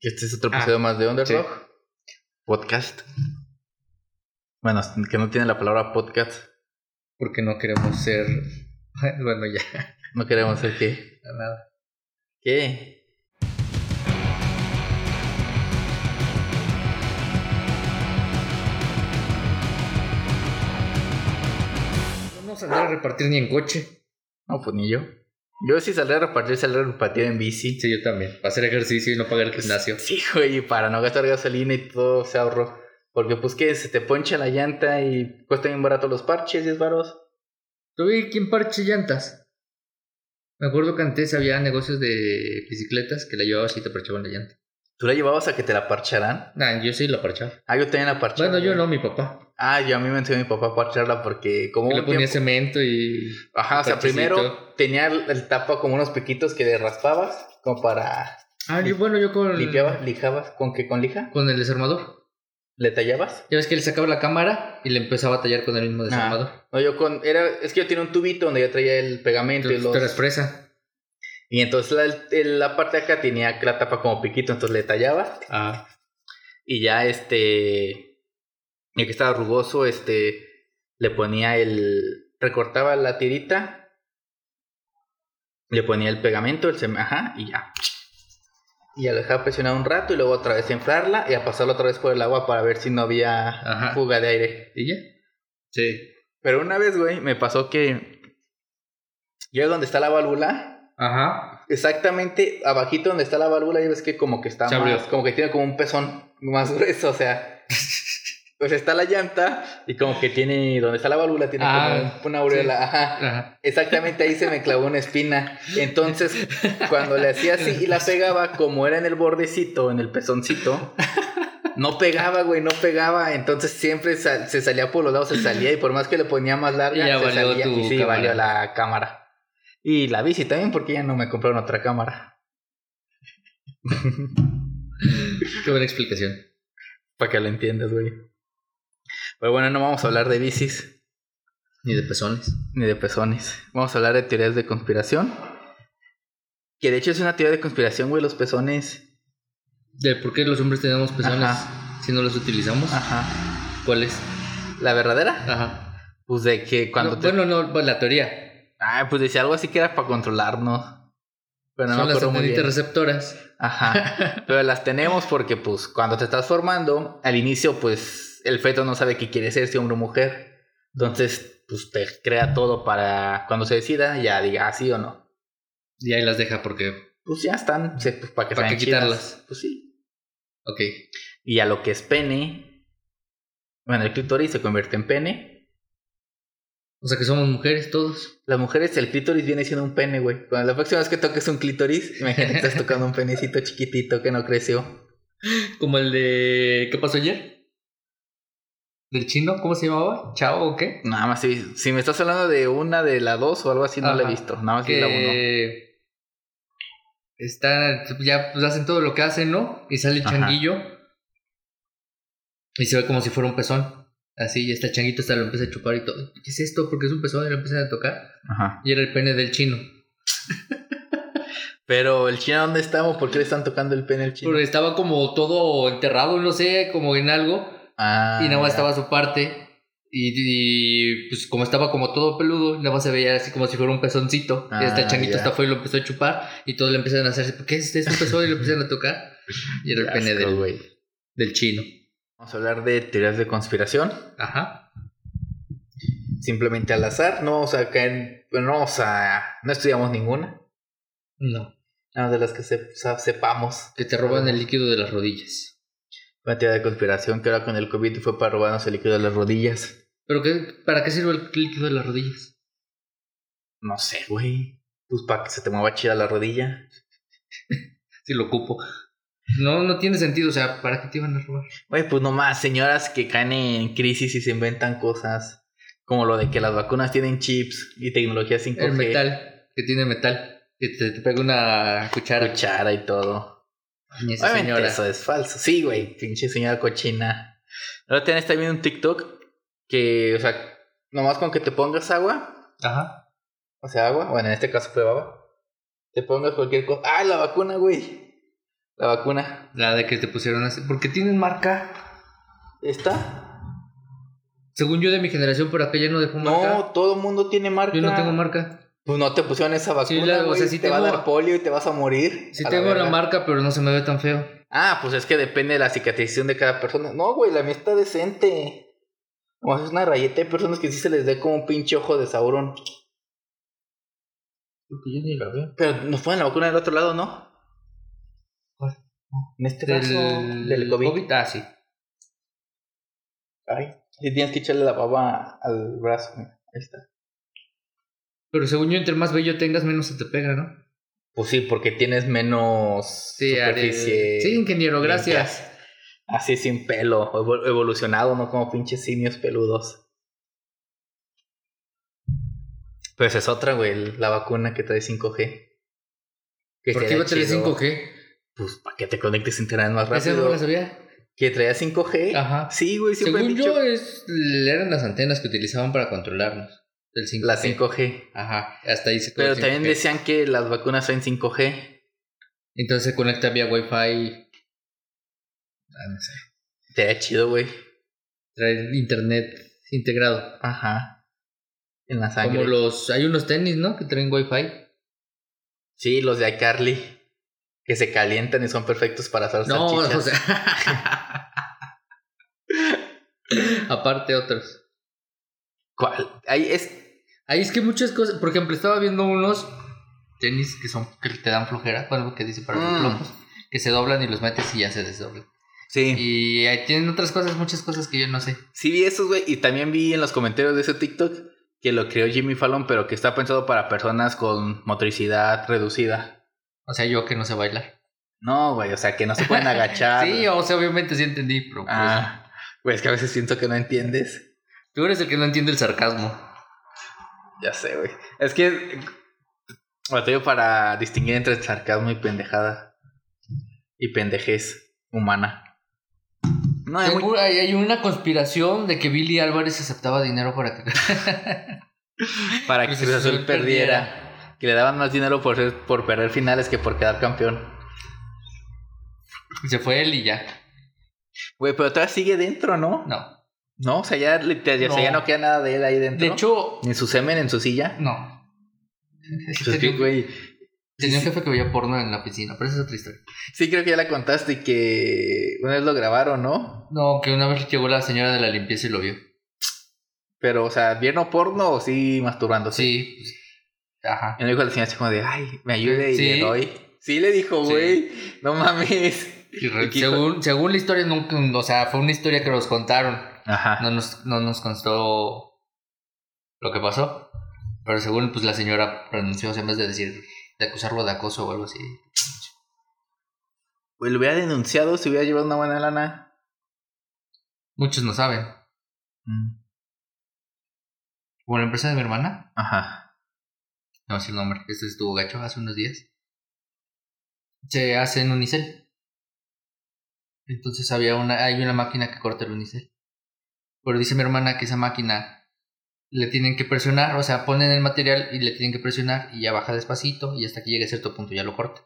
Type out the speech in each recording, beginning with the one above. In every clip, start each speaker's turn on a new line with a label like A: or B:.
A: Este es otro episodio
B: Ah,
A: más de
B: sí.
A: Underdog Podcast. Bueno, que no tiene la palabra podcast.
B: Porque no queremos ser. Bueno, ya,
A: No queremos ser qué.
B: nada.
A: ¿Qué?
B: No vamos a andar a repartir ni en coche.
A: No, pues ni yo. Yo sí saldré a repartir, saldré a repartir en bici. Pues,
B: Sí, yo también. Para hacer ejercicio y no pagar el gimnasio.
A: Sí, güey, y para no gastar gasolina y todo se ahorró. Porque pues que se te poncha la llanta y cuesta bien barato los parches, 10 varos.
B: ¿Tú vi quién parche llantas? Me acuerdo que antes había negocios de bicicletas que la llevabas y te parchaban la llanta.
A: ¿Tú la llevabas a que te la parcharan?
B: Nah, yo sí la parchaba.
A: Ah, yo también la parchaba.
B: Bueno, yo
A: güey.
B: no, mi papá.
A: Ah, yo a mí me enseñó mi papá a parcharla porque como
B: Que
A: hubo
B: le
A: un
B: ponía
A: tiempo-
B: cemento y.
A: Ajá, o sea,
B: Parchecito.
A: primero tenía el, el tapa como unos piquitos que le raspabas, como para
B: Ah, yo, bueno, yo con.
A: limpiabas, lijabas, con que con lija,
B: Con el desarmador.
A: le tallabas.
B: Ya ves que le sacaba la cámara y le empezaba a tallar con el mismo desarmador.
A: No, yo con era es que yo tenía un tubito donde yo traía el pegamento y los
B: Entonces, tú eras presa.
A: y entonces la, el- la parte de acá tenía la tapa como piquito, entonces le tallabas
B: Ah.
A: y ya este el que estaba rugoso este le ponía el recortaba la tirita le ponía el pegamento el sem ajá y ya y ya lo dejaba presionar un rato y luego otra vez inflarla y a pasarlo otra vez por el agua para ver si no había
B: Ajá.
A: fuga de aire
B: ¿Y ya? Sí.
A: pero una vez güey me pasó que yo donde está la válvula
B: Ajá.
A: Exactamente, abajito donde está la válvula, ya ves que como que está
B: Se abrió.
A: más, como que tiene como un pezón más grueso, o sea, pues está la llanta y como que tiene, donde está la válvula tiene
B: Ah,
A: como una aureola, ajá.
B: Ajá.
A: Exactamente ahí se me clavó una espina. Entonces, cuando le hacía así y la pegaba, como era en el bordecito, en el pezoncito, no pegaba, güey, no pegaba. Entonces siempre sal- se salía por los lados, se salía y por más que le ponía más larga,
B: Y ya
A: se
B: valió
A: salía
B: tu
A: y sí,
B: cámara.
A: valió la cámara. Y la bici también, porque ya no me compraron otra cámara.
B: Qué buena explicación.
A: Para que lo entiendas, güey. Pero bueno, no vamos a hablar de bicis
B: Ni de pezones.
A: ni de pezones. Vamos a hablar de teorías de conspiración. Que de hecho es una teoría de conspiración, güey, los pezones.
B: ¿De por qué los hombres tenemos pezones si no los utilizamos?
A: Ajá.
B: ¿Cuáles?
A: ¿La verdadera?
B: Ajá.
A: Pues de que cuando
B: No,
A: te...
B: Bueno, no, pues la teoría.
A: Ah, pues decía algo así que era para controlarnos. Pero no
B: Son
A: me
B: las
A: acuerdo muy
B: antenitas
A: bien.
B: receptoras.
A: Ajá. Pero las tenemos porque, pues, cuando te estás formando, al inicio, pues, el feto no sabe qué quiere ser, si hombre o mujer. Entonces, pues, te crea todo para cuando se decida, ya diga ah, sí o no.
B: Y ahí las deja porque...
A: Pues ya están, se- pues, para que
B: ¿Para
A: sean
B: qué
A: chidas.
B: quitarlas?
A: Pues sí.
B: Ok.
A: Y a lo que es pene, bueno, el clítoris se convierte en pene.
B: O sea que somos mujeres todos.
A: Las mujeres, el clítoris viene siendo un pene, güey. Cuando la próxima vez que toques un clítoris, imagínate que estás tocando un penecito chiquitito que no creció.
B: Como el de... ¿Qué pasó ayer? ¿Del chino? ¿Cómo se llamaba? ¿Chao o qué?
A: Nada más, si, si me estás hablando de una de la dos o algo así, no la he
B: Ajá.
A: visto. Nada más vi la uno.
B: que está ya pues hacen todo lo que hacen, ¿no? Y sale el
A: Ajá.
B: changuillo y se ve como si fuera un pezón. Así, y está el changuito hasta lo empieza a chupar y todo. ¿Qué es esto? Porque es un pezón y lo empiezan a tocar.
A: Ajá.
B: Y era el pene del chino.
A: Pero el chino, ¿dónde estamos? ¿Por qué le están tocando el pene al chino?
B: Pero estaba como todo enterrado, no sé, como en algo.
A: Ah,
B: y nada más
A: ya.
B: estaba su parte. Y, y, pues como estaba como todo peludo, nada más se veía así como si fuera un pezoncito. y hasta el
A: Ah,
B: changuito
A: ya.
B: hasta fue y lo empezó a chupar. Y todos le empezaron a hacerse, ¿por qué es este es un pezón? Y lo empezaron a tocar. Y era el
A: Qué
B: pene
A: asco,
B: del,
A: güey.
B: del chino.
A: Vamos a hablar de teorías de conspiración.
B: Ajá.
A: Simplemente al azar. No vamos a caer. bueno, no vamos a. No estudiamos ninguna.
B: No.
A: Nada más de las que se- sa- sepamos.
B: Que te roban el líquido de las rodillas.
A: Una teoría de conspiración que ahora con el COVID fue para robarnos el líquido de las rodillas.
B: ¿Pero qué, para qué sirve el líquido de las rodillas?
A: No sé, güey. Pues para que se te mueva chida la rodilla.
B: Si lo ocupo. No, no tiene sentido. O sea, ¿para qué te iban a robar?
A: Güey, pues nomás, señoras que caen en crisis y se inventan cosas. Como lo de que las vacunas tienen chips y tecnología 5G.
B: El metal. Que tiene metal. Que te, te pega una cuchara.
A: Cuchara y todo.
B: Ni esa
A: Obviamente
B: señora.
A: eso es falso. Sí, güey, pinche señora cochina. Ahora tenés también un TikTok que, o sea, nomás con que te pongas agua,
B: Ajá.
A: o sea, agua, bueno, en este caso fue baba, te pongas cualquier cosa. ¡Ah, la vacuna, güey! La vacuna.
B: La de que te pusieron así. Porque tienen marca.
A: ¿Esta?
B: Según yo de mi generación, por acá ya no dejó marca.
A: No, todo mundo tiene marca.
B: yo no tengo marca.
A: Pues no te pusieron esa vacuna,
B: Sí, la- o
A: güey,
B: sea, sí
A: te va a
B: tengo-
A: dar polio y te vas a morir.
B: Sí
A: A
B: tengo la,
A: verga.
B: marca, pero no se me ve tan feo.
A: Ah, pues es que depende de la cicatrización de cada persona. No, güey, la mía está decente. O sea, es una rayeta de personas que sí se les dé como un pinche ojo de Sauron.
B: Porque yo ni la veo.
A: Pero nos ponen la vacuna del otro lado, ¿no?
B: ¿Cuál?
A: En este caso,
B: Del,
A: del COVID.
B: Ah, sí.
A: Ay, sí tienes que echarle la baba al brazo. mira, Ahí está.
B: Pero según yo, entre más bello tengas, menos se te pega, ¿no?
A: Pues sí, porque tienes menos
B: Sí, are-
A: superficie.
B: Sí, ingeniero, gracias.
A: Así sin pelo, evo- evolucionado, no como pinches simios peludos. Pues es otra, güey, el- la vacuna que trae 5G. Que
B: ¿Por
A: estaría
B: qué iba a tener
A: chido,
B: 5G?
A: Pues para que te conectes a internet más
B: Esa no
A: rápido.
B: la sabía.
A: Que traía 5G.
B: Ajá.
A: Sí, güey, siempre
B: Según
A: han dicho
B: yo, eh, es, eran las antenas que utilizaban para controlarnos. El 5G.
A: la 5G.
B: Ajá. Hasta ahí se quedó
A: Pero
B: el
A: también
B: 5G.
A: decían que las vacunas traen 5G.
B: Entonces se conecta vía Wi-Fi. Ah, no sé.
A: Estaría chido, güey.
B: Traer internet integrado.
A: Ajá. En la sangre.
B: Como los. Hay unos tenis, ¿no? Que traen Wi-Fi.
A: Sí, los de iCarly. Que se calientan y son perfectos para hacer
B: No,
A: salchichas.
B: o sea. Aparte otros.
A: ¿Cuál? Ahí es
B: Ahí es que muchas cosas, por ejemplo, estaba viendo unos tenis que son que te dan flojera, bueno, que dice para los
A: Mm.
B: flojos, que se doblan y los metes y ya se desdoblan.
A: Sí,
B: Y ahí tienen otras cosas, muchas cosas que yo no sé.
A: sí vi esos, güey. Y también vi en los comentarios de ese TikTok que lo creó Jimmy Fallon, pero que está pensado para personas con motricidad reducida.
B: O sea, yo que no sé bailar.
A: No, güey, o sea, que no se pueden agachar.
B: Sí, o sea, obviamente sí entendí, pero pues,
A: Ah, güey, es que a veces siento que no entiendes.
B: tú eres el que no entiende el sarcasmo.
A: Ya sé, güey. Es que lo tengo para distinguir entre sarcasmo y pendejada. Y pendejez humana. No, hay muy...
B: Seguro hay, hay una conspiración de que Billy Álvarez aceptaba dinero para que
A: para Pues que
B: Cruz
A: Cruz
B: Azul
A: Azul perdiera. Que le daban más dinero por, ser- por perder finales que por quedar campeón.
B: se fue él y ya.
A: Güey, pero todavía sigue dentro, ¿no?
B: No.
A: No, o sea, ya, le- te- o sea, ya
B: No.
A: no queda nada de él ahí dentro.
B: De hecho,
A: En su semen, en su silla.
B: no.
A: Pues que, güey,
B: Tenía un jefe que veía porno en la piscina, pero esa es otra historia.
A: sí creo que ya la contaste y que una vez lo grabaron, ¿no?
B: No, que una vez llegó la señora de la limpieza y lo vio.
A: Pero, o sea, ¿vieron porno o sí masturbándose?
B: Sí. pues, Ajá.
A: Y le dijo a la señora así como de, ay, me ayude y
B: Sí.
A: le doy. Sí le dijo,
B: Sí.
A: güey, no mames.
B: Y re-
A: ¿Y qué
B: según, según la historia, nunca, o sea, fue una historia que nos contaron.
A: Ajá.
B: No nos, no nos constó lo que pasó. Pero según, pues la señora pronunció, en vez de decir, de acusarlo de acoso o algo así.
A: Güey, lo hubiera denunciado si hubiera llevado una buena lana.
B: Muchos no saben.
A: Mm.
B: Como la empresa de mi hermana,
A: Ajá.
B: no sé el nombre, este estuvo gacho hace unos días. Se hace en unicel. Entonces había una, hay una máquina que corta el unicel. Pero dice mi hermana que esa máquina le tienen que presionar, o sea, ponen el material y le tienen que presionar y ya baja despacito y hasta que llegue a cierto punto ya lo corta.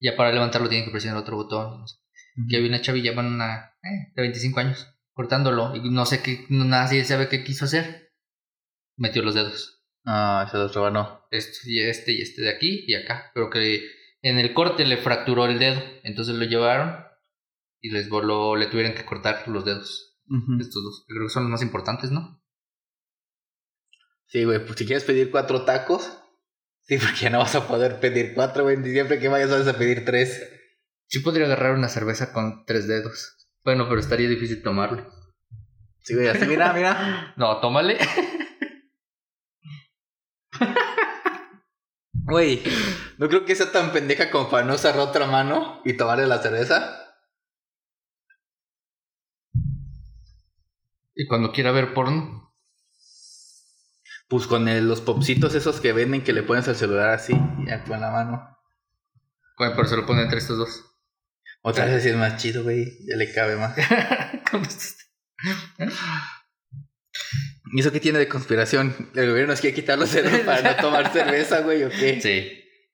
B: Ya para levantarlo tienen que presionar otro botón. no sé. Y había una chavilla, bueno, una, eh, de 25 años, cortándolo y no sé qué, no, nadie sabe qué quiso hacer. Metió los dedos.
A: Ah, se los rebanó.
B: este y este y este de aquí y acá, pero que en el corte le fracturó el dedo, entonces lo llevaron y les voló, le tuvieron que cortar los dedos. Estos dos, creo que son los más importantes, ¿no?
A: Sí, güey, pues si quieres pedir cuatro tacos, sí, porque ya no vas a poder pedir cuatro, güey. En diciembre que vayas vas a pedir tres.
B: Yo podría agarrar una cerveza con tres dedos. Bueno, pero estaría difícil tomarlo.
A: Sí, güey, así, mira, mira.
B: No, tómale.
A: Güey, no creo que sea tan pendeja como para no cerrar otra mano y tomarle la cerveza.
B: Y cuando quiera ver porno,
A: Pues con el- los popsitos esos que venden que le pones al celular así y ya con la mano.
B: bueno, pero se lo ponen entre estos dos.
A: Otra vez así es más chido, güey. Ya le cabe más.
B: Con estos-
A: ¿Y eso qué tiene de conspiración? El gobierno nos quiere quitar los cerebros para no tomar cerveza, güey, o qué?
B: sí.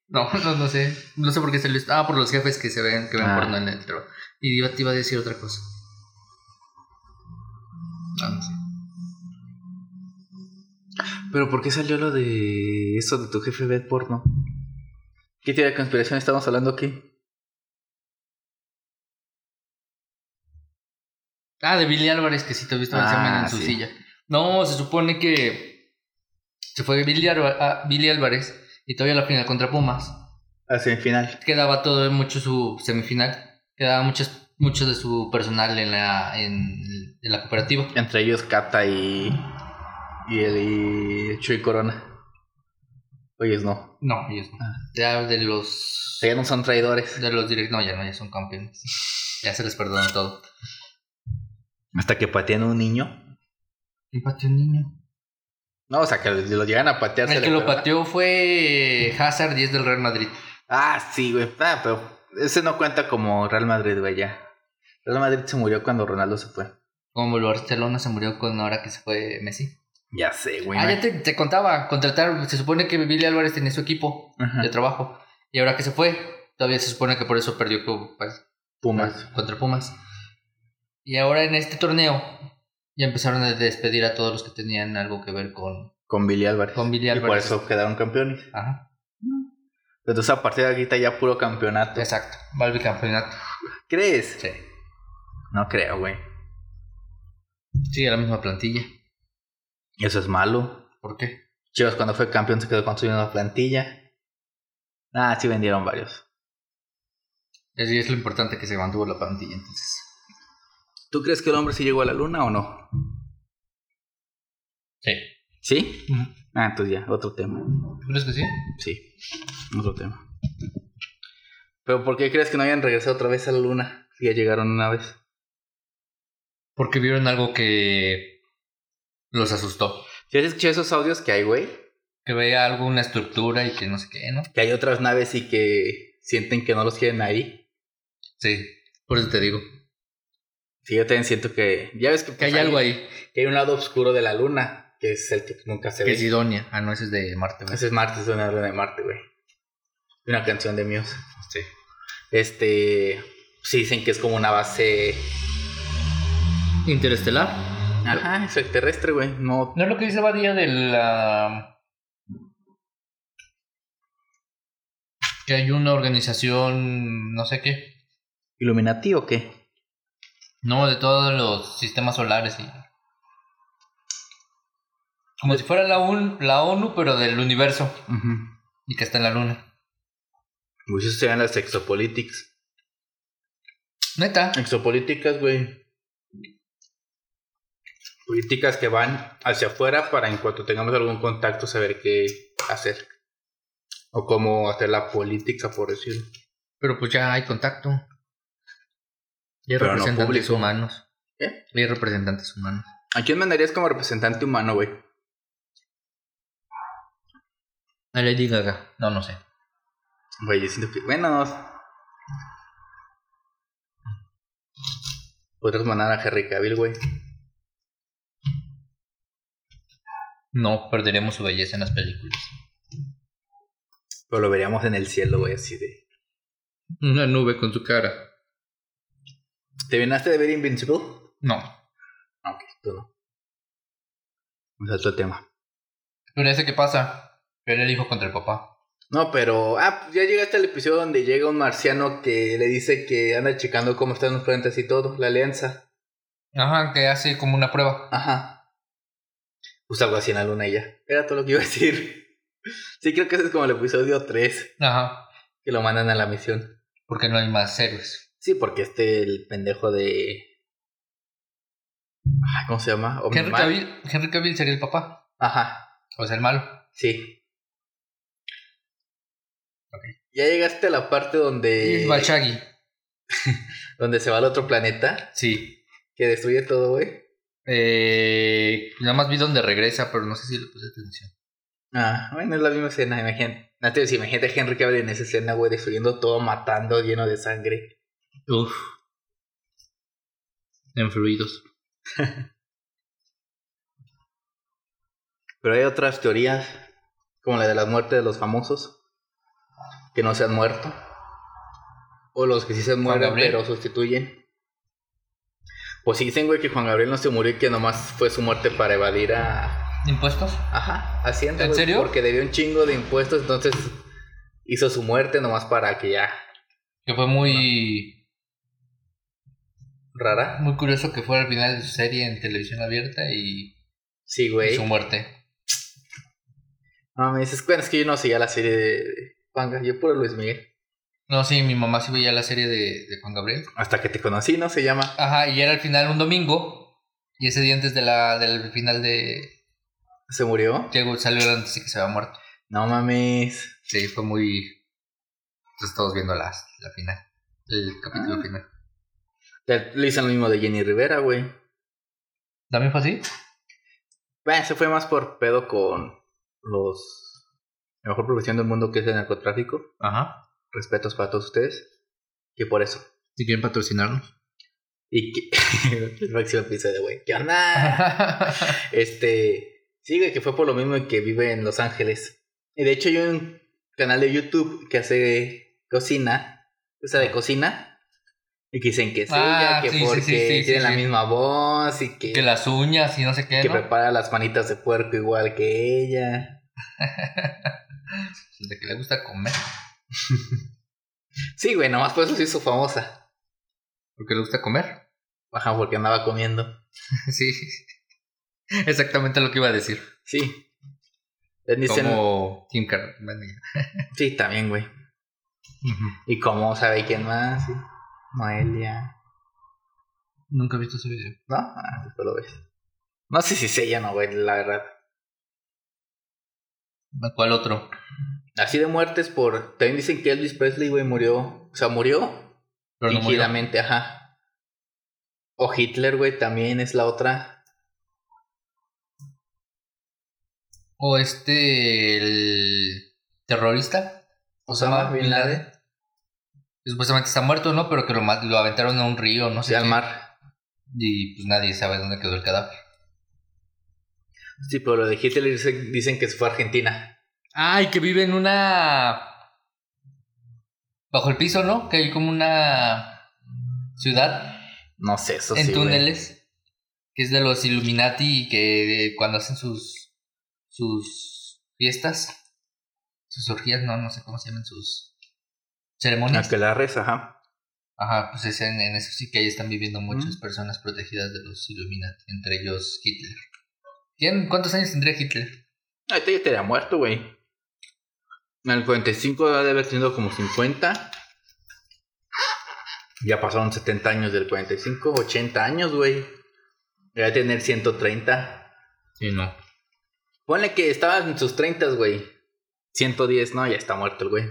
B: No, no, no sé. No sé por qué se lo hizo. Ah, por los jefes que se ven, que ven
A: Ah.
B: porno en el trabajo. Y yo te iba a decir otra cosa. Ah, no sé.
A: Pero ¿por qué salió lo de eso de tu jefe ver porno? ¿Qué teoría de conspiración estamos hablando aquí?
B: Ah, de Billy Álvarez, que sí te he visto
A: Ah,
B: encima en su
A: sí.
B: silla. No, se supone que se fue Billy, Arba- ah, Billy Álvarez y todavía la final contra Pumas.
A: Hacia el final.
B: Quedaba todo en mucho su semifinal. Quedaba muchas, mucho de su personal en la, en, en la cooperativa.
A: Entre ellos Cata y. Y el, y el Chuy Corona. Oyes, no.
B: No, ellos no.
A: Ah.
B: Ya de los.
A: Ya no son traidores.
B: De los directos. No, ya no, ya son campeones. Ya se les perdona todo.
A: Hasta que patean a un niño.
B: ¿Quién pateó un niño?
A: No, o sea, que lo llegan a patear. se
B: El
A: le
B: que lo
A: perdona.
B: pateó fue Hazard y es del Real Madrid.
A: Ah, sí, güey. Ah, pero ese no cuenta como Real Madrid, güey, ya. Real Madrid se murió cuando Ronaldo se fue.
B: Como el Barcelona se murió con ahora que se fue Messi.
A: Ya sé, güey.
B: Ah,
A: me-
B: ya te, te contaba, contrataron, se supone que Billy Álvarez tenía su equipo
A: Ajá.
B: de trabajo y ahora que se fue, todavía se supone que por eso perdió con- pues,
A: Pumas.
B: contra Pumas. Y ahora en este torneo ya empezaron a despedir a todos los que tenían algo que ver con,
A: Con Billy Álvarez.
B: con Billy
A: Y por
B: Álvarez.
A: eso quedaron campeones.
B: Ajá,
A: Entonces a partir de ahorita ya puro campeonato.
B: exacto, va al bicampeonato.
A: ¿Crees?
B: Sí.
A: No creo, güey.
B: Sigue la misma plantilla.
A: Eso es malo.
B: ¿Por qué?
A: Chivas cuando fue campeón se quedó con su misma plantilla. Ah, sí vendieron varios.
B: Es, es lo importante que se mantuvo la plantilla entonces.
A: ¿Tú crees que el hombre sí llegó a la luna o no?
B: Sí.
A: ¿Sí?
B: Ujú.
A: Ah, entonces ya, otro tema.
B: ¿Tú crees que sí?
A: Sí, otro tema. ¿Pero por qué crees que no hayan regresado otra vez a la luna? Si ya llegaron una vez.
B: Porque vieron algo que los asustó.
A: ¿Si has escuchado esos audios que hay, güey?
B: Que veía algo, una estructura y que no sé qué, ¿no?
A: Que hay otras naves y que sienten que no los quieren ahí.
B: Sí, por eso te digo.
A: Sí, yo también siento que... Ya ves que...
B: Que hay algo ahí.
A: Que hay un lado oscuro de la luna, que es el que nunca se
B: Que
A: ve.
B: es Idonia. Ah, no, ese es de Marte. ¿verdad?
A: Ese es Marte, es una luna de Marte, güey. Una canción de Muse.
B: Sí.
A: Este... Sí dicen que es como una base...
B: Interestelar.
A: Ajá, extraterrestre, güey. No...
B: ¿No es lo que dice Badía ah, de la... Que hay una organización, no sé qué.
A: ¿Illuminati o qué?
B: No, de todos los sistemas solares. Y... Como si fuera la, UN la ONU, pero del universo. Y que está en la luna.
A: Pues eso serían las exopolitics.
B: Neta.
A: Exopolíticas, güey. Políticas que van hacia afuera para en cuanto tengamos algún contacto saber qué hacer. O cómo hacer la política, por decirlo.
B: Pero pues ya hay contacto. Y hay
A: Pero no
B: representantes
A: público.
B: humanos.
A: ¿Eh?
B: Y hay representantes humanos.
A: ¿A quién mandarías como representante humano, güey?
B: A Lady Gaga. No, no sé.
A: Güey, yo siento que. Bueno, no. Podrías mandar a Henry Cavill, güey.
B: No perderemos su belleza en las películas.
A: Pero lo veríamos en el cielo, güey, así de.
B: Una nube con su cara.
A: ¿Te venaste de ver Invincible?
B: No.
A: Ah, Ok, tú no. Es otro tema.
B: Pero ese qué pasa. Pero el hijo contra el papá.
A: No, pero. Ah, pues ya llegaste al episodio donde llega un marciano que le dice que anda checando cómo están los planetas y todo, la alianza.
B: Ajá, que hace como una prueba.
A: Ajá. Pues algo así en la luna y ya. Era todo lo que iba a decir. Sí, creo que ese es como el episodio 3,
B: Ajá.
A: que lo mandan a la misión.
B: Porque no hay más héroes.
A: Sí, porque este, el pendejo de. Ay, ¿Cómo se llama?
B: Henry
A: Omniman.
B: Cavill, Henry Cavill sería el papá.
A: Ajá,
B: O sea, el malo.
A: sí. Ya llegaste a la parte
B: Y
A: donde.
B: es Balshagi.
A: Donde se va al otro planeta,
B: Sí.
A: que destruye todo, güey.
B: Eh, nada más vi donde regresa, pero no sé si le puse atención.
A: Ah, bueno, es la misma escena, imagínate. No te decía, imagínate a Henry Cavill en esa escena, güey, destruyendo todo, matando, lleno de sangre.
B: Uf. En fluidos.
A: Pero hay otras teorías, como la de la muerte de los famosos. que no se han muerto. O los que sí se mueren,
B: Gabriel?
A: pero sustituyen. Pues sí dicen, güey, que Juan Gabriel no se murió y que nomás fue su muerte para evadir a...
B: ¿Impuestos?
A: Ajá, Hacienda,
B: ¿En
A: güey,
B: serio?
A: Porque debió un chingo de impuestos, entonces hizo su muerte nomás para que ya...
B: Que fue muy,
A: ¿Rara?
B: muy curioso que fuera al final de su serie en televisión abierta y
A: Sí, güey.
B: su muerte.
A: No, me dices, bueno, es que yo no seguía la serie de Juanga, yo puro Luis Miguel.
B: No, sí, mi mamá sí veía la serie de, de Juan Gabriel.
A: Hasta que te conocí, ¿no? Se llama.
B: Ajá, y era al final un domingo. Y ese día antes de la, del final de...
A: ¿Se murió?
B: Diego salió antes de que se había muerto.
A: No mames.
B: Sí, fue muy... Entonces todos viendo la, la final. El capítulo final.
A: Le le dicen lo mismo de Jenny Rivera, güey.
B: ¿También fue así?
A: Bueno, se fue más por pedo con los. La mejor profesión del mundo que es el narcotráfico.
B: Ajá.
A: Respetos para todos ustedes. Que por eso.
B: Si quieren patrocinarnos.
A: Y que. el próximo episodio, güey. ¿Qué onda? Este. Sí, güey, que fue por lo mismo y que vive en Los Ángeles. Y de hecho hay un canal de YouTube que hace cocina. O sea, de cocina. Y que dicen que es
B: Ah,
A: ella, que
B: sí, sí,
A: porque
B: sí, sí, sí,
A: tiene la
B: sí.
A: misma voz y que,
B: que las uñas y no sé qué,
A: que
B: ¿no?
A: prepara las manitas de puerco igual que ella.
B: De que le gusta comer.
A: Sí, güey, nomás por eso se hizo famosa.
B: Porque le gusta comer.
A: Ajá, porque andaba comiendo.
B: Sí. Exactamente lo que iba a decir.
A: Sí. Les dicen-
B: Como Kim Kardashian. Bueno, ya.
A: Sí, también, güey. Y como sabe quién más, sí. Noelia.
B: Nunca he visto ese video.
A: ¿No? Ah, después lo ves. No sé si es ella, no, güey, la verdad.
B: ¿Cuál otro?
A: Así de muertes por. También dicen que Elvis Presley, güey, murió. O sea, murió
B: Pero no murió.
A: fingidamente, ajá. O Hitler, güey, también es la otra.
B: O este, el terrorista.
A: Osama Ah, Bin Laden.
B: que Supuestamente está muerto, ¿no? Pero que lo, ma- lo aventaron a un río, no
A: O
B: sé.
A: sea, al
B: qué.
A: mar.
B: Y pues nadie sabe dónde quedó el cadáver.
A: Sí, pero lo de Hitler dicen, dicen que se fue a Argentina.
B: Ah, y que vive en una... Bajo el piso, ¿no? Que hay como una ciudad
A: No sé, eso
B: en
A: Pues sí. güey.
B: túneles. Que es de los Illuminati y que eh, cuando hacen sus sus fiestas, sus orgías, no, no sé cómo se llaman sus ceremonias.
A: Aquelarres, ajá.
B: Ajá, pues es en, en eso sí que ahí están viviendo muchas personas protegidas de los Illuminati, entre ellos Hitler. ¿Quién, ¿Cuántos años tendría Hitler?
A: No, Este ya estaría muerto, güey. En el 45 debe haber tenido como 50. Ya pasaron 70 años del 45, 80 años, güey. Debe tener 130.
B: Sí, no.
A: Ponle que estaba en sus 30, güey. 110, no, ya está muerto el güey.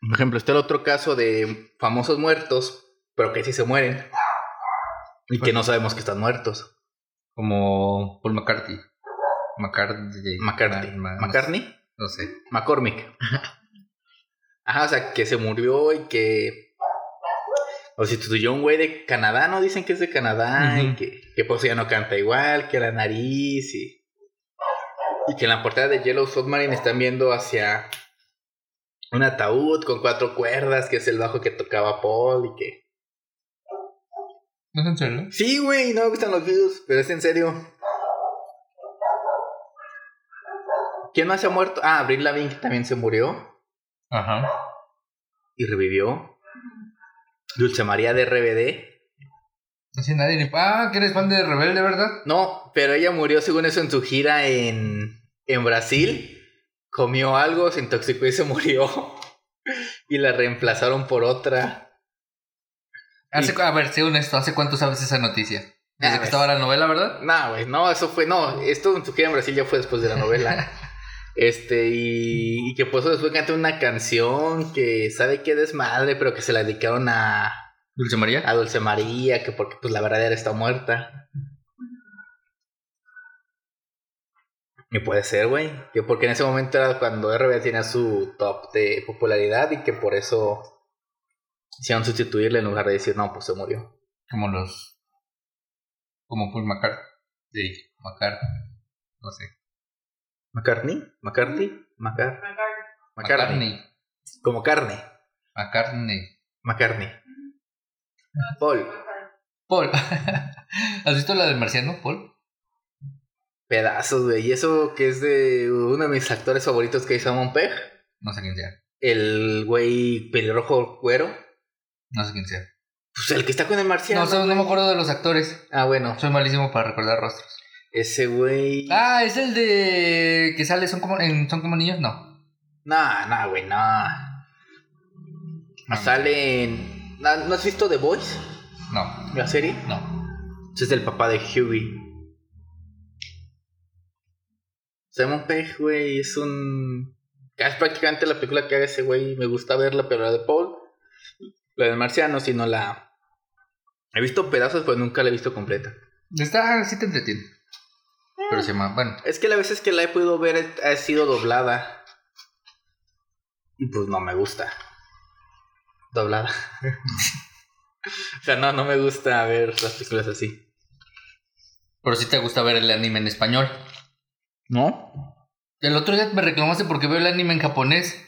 A: Por ejemplo, está el otro caso de famosos muertos, pero que sí se mueren. Y
B: Pues
A: que no sabemos que están muertos.
B: Como Paul McCarthy. McCarthy.
A: McCartney.
B: Ma- ma-
A: ¿McCartney?
B: Ah, No sé.
A: McCormick. Ajá, o sea, que se murió y que. O sustituyó a un güey de Canadá, ¿no? Dicen que es de Canadá y
B: Ujú.
A: que, que por eso ya no canta igual, que la nariz y. Y que en la portada de Yellow Submarine están viendo hacia un ataúd con cuatro cuerdas, que es el bajo que tocaba Paul y que.
B: ¿No es en serio?
A: Sí, güey, no me gustan los videos, pero es en serio. ¿Quién más se ha muerto? Ah, Abril Lavigne también se murió.
B: Ajá.
A: y revivió. Dulce María de RBD.
B: No sé nadie. ni- Ah, que eres fan de Rebelde, ¿verdad?
A: No, pero ella murió según eso en su gira en, en Brasil. Comió algo, se intoxicó y se murió. Y la reemplazaron por otra.
B: Hace,
A: Sí.
B: A ver, sé honesto, ¿hace cuánto sabes esa noticia? Desde
A: Ah,
B: que
A: ves.
B: estaba la novela, ¿verdad?
A: Nah, güey, no, eso fue, no, esto en su gira en Brasil ya fue después de la novela. Este, y, y que por eso después cantó una canción que sabe que desmadre, pero que se la dedicaron a,
B: Dulce María.
A: a Dulce María, que porque pues la verdadera está muerta. Y puede ser, güey. Que porque en ese momento era cuando RBD tenía su top de popularidad y que por eso hicieron sustituirle en lugar de decir, no, pues se murió.
B: Como los. Como Paul McCartney. Sí. McCartney. No sé.
A: ¿McCartney? ¿McCartney? ¿McCartney? McCartney. Como carne.
B: McCartney.
A: McCartney. Paul.
B: Paul. ¿Has visto la del marciano, Paul?
A: Pedazos, güey. Y eso que es de uno de mis actores favoritos que es Simon Pegg.
B: No sé quién sea.
A: El güey pelirrojo cuero.
B: No sé quién sea.
A: Pues el que está con el marciano.
B: No, sé, no me acuerdo de los actores.
A: Ah, bueno.
B: Soy malísimo para recordar rostros.
A: Ese güey.
B: Ah, es el de que sale son como en son como niños, no.
A: Nah, nah, güey, nah.
B: No,
A: Sale en. ¿No no has visto The Voice?
B: No,
A: La serie.
B: no.
A: Ese es el papá de Hughie. Simon Pegg, güey, es un. Es prácticamente la película que haga ese güey. Me gusta verla, pero la de Paul. La del marciano, si no la. He visto pedazos, pero nunca la he visto completa.
B: Está sí te entretiene. Pero se llama, bueno,
A: Es que las veces que la he podido ver ha sido doblada. Y pues no me gusta. Doblada. o sea, no, no me gusta ver las películas así.
B: pero sí te gusta ver el anime en español.
A: ¿No?
B: El otro día me reclamaste porque veo el anime en japonés.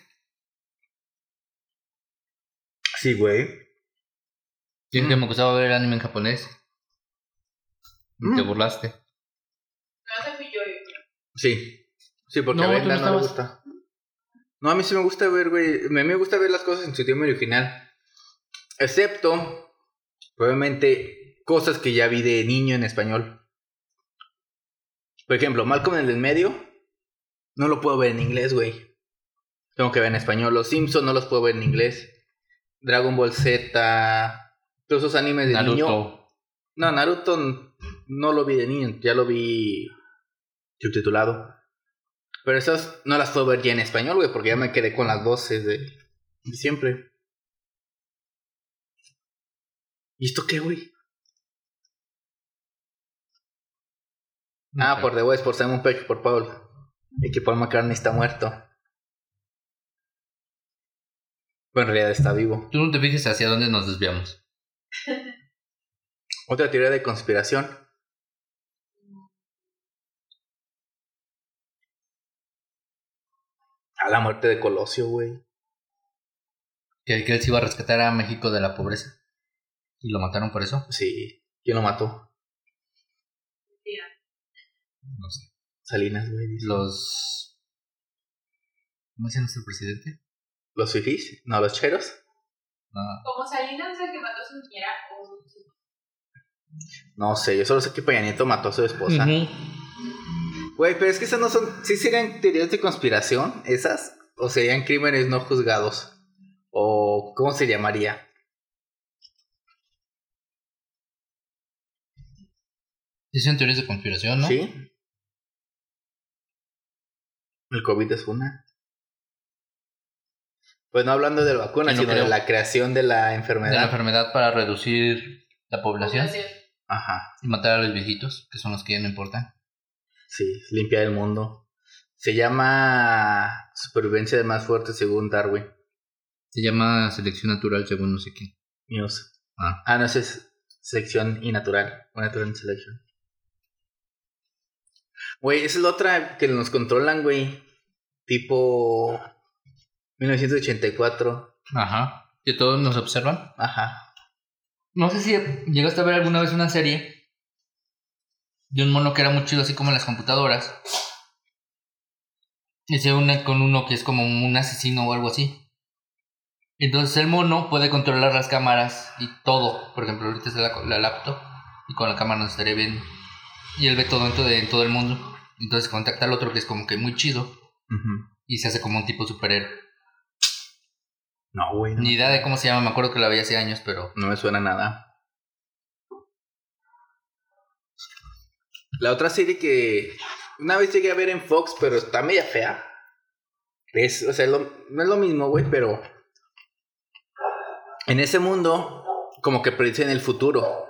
A: Sí, güey.
B: Dije que
A: Mm.
B: me gustaba ver el anime en japonés. Y
A: Mm.
B: Te burlaste.
C: No se fui yo. yo.
A: Sí. Sí, porque
B: No,
A: a
B: tú
A: Brenda
B: no
A: no le
B: estabas.
A: gusta. No, a mí sí me gusta ver, güey. A mí me gusta ver las cosas en su idioma original. Excepto, probablemente, cosas que ya vi de niño en español. Por ejemplo, Malcolm en el del medio, no lo puedo ver en inglés, güey. Tengo que ver en español. Los Simpsons no los puedo ver en inglés. Dragon Ball Z, todos esos animes de niño.
B: Naruto.
A: No, Naruto n- no lo vi de niño, ya lo vi subtitulado. Pero esas no las puedo ver ya en español, güey, porque ya me quedé con las voces de, de siempre. ¿Y esto qué, güey? Ah, por The Voice, por Simon Peck, por Paul. Y que Paul McCartney está muerto. Bueno, en realidad está vivo.
B: Tú no te fijes hacia dónde nos desviamos.
A: Otra teoría de conspiración. A la muerte de Colosio, güey.
B: Que, que él se iba a rescatar a México de la pobreza. Y lo mataron por eso.
A: Sí. ¿Quién lo mató?
B: No sé.
A: Salinas, güey. dice.
B: Los. ¿Cómo dice nuestro presidente?
A: ¿Los fifís? No, los cheros.
B: No.
C: Como Salinas es el que mató a su niñera o su-
A: No sé, yo solo sé que Peña Nieto mató a su esposa. Güey, pero es que esas no son. ¿Sí serían teorías de conspiración? ¿Esas? ¿O serían crímenes no juzgados? ¿O cómo se llamaría?
B: Sí, son teorías de conspiración, ¿no?
A: ¿Sí? El COVID es una. Pues no hablando de la vacuna,
B: Sí, no
A: sino de
B: creo.
A: la creación de la
B: De
A: enfermedad.
B: la enfermedad para reducir la población
C: población.
A: Ajá,
B: y matar a los viejitos, que son los que ya no importan.
A: sí, limpiar el mundo. Se llama supervivencia de más fuerte según Darwin
B: Se llama selección natural según no sé quién.
A: News.
B: Ah.
A: no, esa es selección y natural. o Natural selection. Güey, esa es la otra que nos controlan, güey. Tipo 1984.
B: Ajá. Que todos nos observan.
A: Ajá.
B: No sé si llegaste a ver alguna vez una serie de un mono que era muy chido, así como en las computadoras. Y se une con uno que es como un asesino o algo así. Entonces el mono puede controlar las cámaras y todo. Por ejemplo, ahorita es la, la laptop y con la cámara nos estaría viendo. Y él ve todo en, todo en todo el mundo. Entonces contacta al otro que es como que muy chido
A: Ujú.
B: y se hace como un tipo superhéroe.
A: No, güey. no
B: Ni
A: me
B: idea
A: suena.
B: de cómo se llama, me acuerdo que la veía hace años, pero
A: No me suena nada. La otra serie que una vez llegué a ver en Fox, pero está media fea. Es, o sea, lo- no es lo mismo, güey, pero en ese mundo como que predicen el futuro.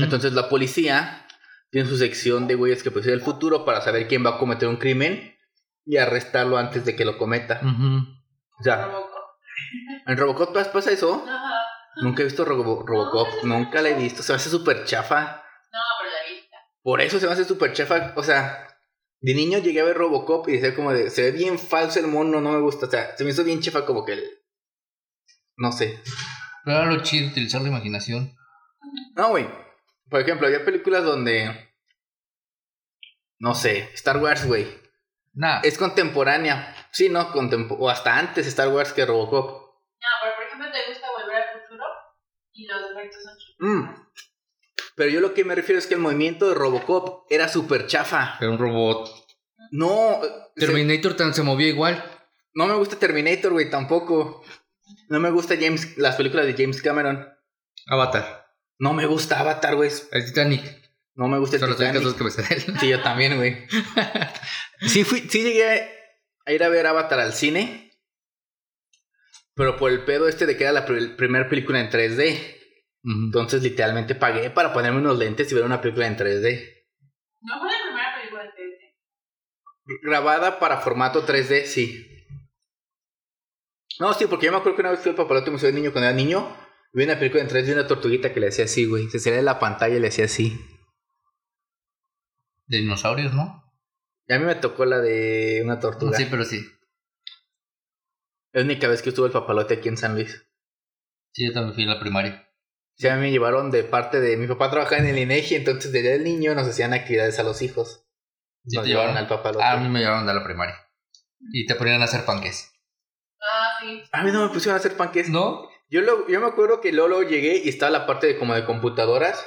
A: Entonces la policía tiene su sección de güeyes que predicen el futuro para saber quién va a cometer un crimen y arrestarlo antes de que lo cometa.
B: Ujú.
A: O sea,
C: Robocop.
A: en Robocop pas- pasa eso.
C: Ajá.
A: Nunca he visto Robo- Robocop, nunca la he visto. Se me hace súper chafa.
C: No, pero la vista.
A: Por eso se me hace súper chafa. O sea, De niño llegué a ver Robocop y decía como de, se ve bien falso el mono, no me gusta. O sea, se me hizo bien chefa como que el... No sé.
B: Pero era lo chido utilizar la imaginación.
A: No, güey. Por ejemplo, había películas donde... No sé, Star Wars, güey.
B: Nah,
A: Es contemporánea. Sí, no, Contempo- o hasta antes Star Wars que Robocop.
C: No, pero por ejemplo, te gusta volver al futuro y los efectos son chidos.
A: Mm. Pero yo lo que me refiero es que el movimiento de Robocop era súper chafa.
B: era un robot.
A: No, se-
B: Terminator tan se movía igual.
A: no me gusta Terminator, güey, tampoco. No me gusta James, las películas de James Cameron.
B: Avatar.
A: No me gusta Avatar, güey.
B: El Titanic.
A: No me gusta el
B: Son las únicas dos
A: Titanic.
B: que me salen.
A: Sí, yo también, güey. Sí, fui, sí llegué a ir a ver Avatar al cine. Pero por el pedo este de que era la primera película en 3D.
B: Ujú.
A: Entonces literalmente pagué para ponerme unos lentes y ver una película en 3D.
C: No fue la primera película de TNT.
A: Grabada para formato 3D, sí. No, sí, porque yo me acuerdo que una vez fui al papalote museo de niño cuando era niño. Vi una película en 3D de una tortuguita que le hacía así, güey. Se salía de la pantalla y le hacía así.
B: De dinosaurios, ¿no?
A: Y a mí me tocó la de una tortuga.
B: Sí, pero sí.
A: Es la única vez que estuvo el papalote aquí en San Luis.
B: Sí, yo también fui en la primaria.
A: Sí, a mí me llevaron de parte de... Mi papá trabajaba en el INEGI, entonces desde el niño nos hacían actividades a los hijos.
B: Sí,
A: Nos
B: te
A: llevaron
B: llevaron.
A: al papalote.
B: Ah, a mí me llevaron de la primaria. Y te ponían a hacer panques.
C: Ah, sí.
A: A mí no me pusieron a hacer panques.
B: ¿No?
A: Yo, lo, yo me acuerdo que luego, luego llegué y estaba la parte de como de computadoras.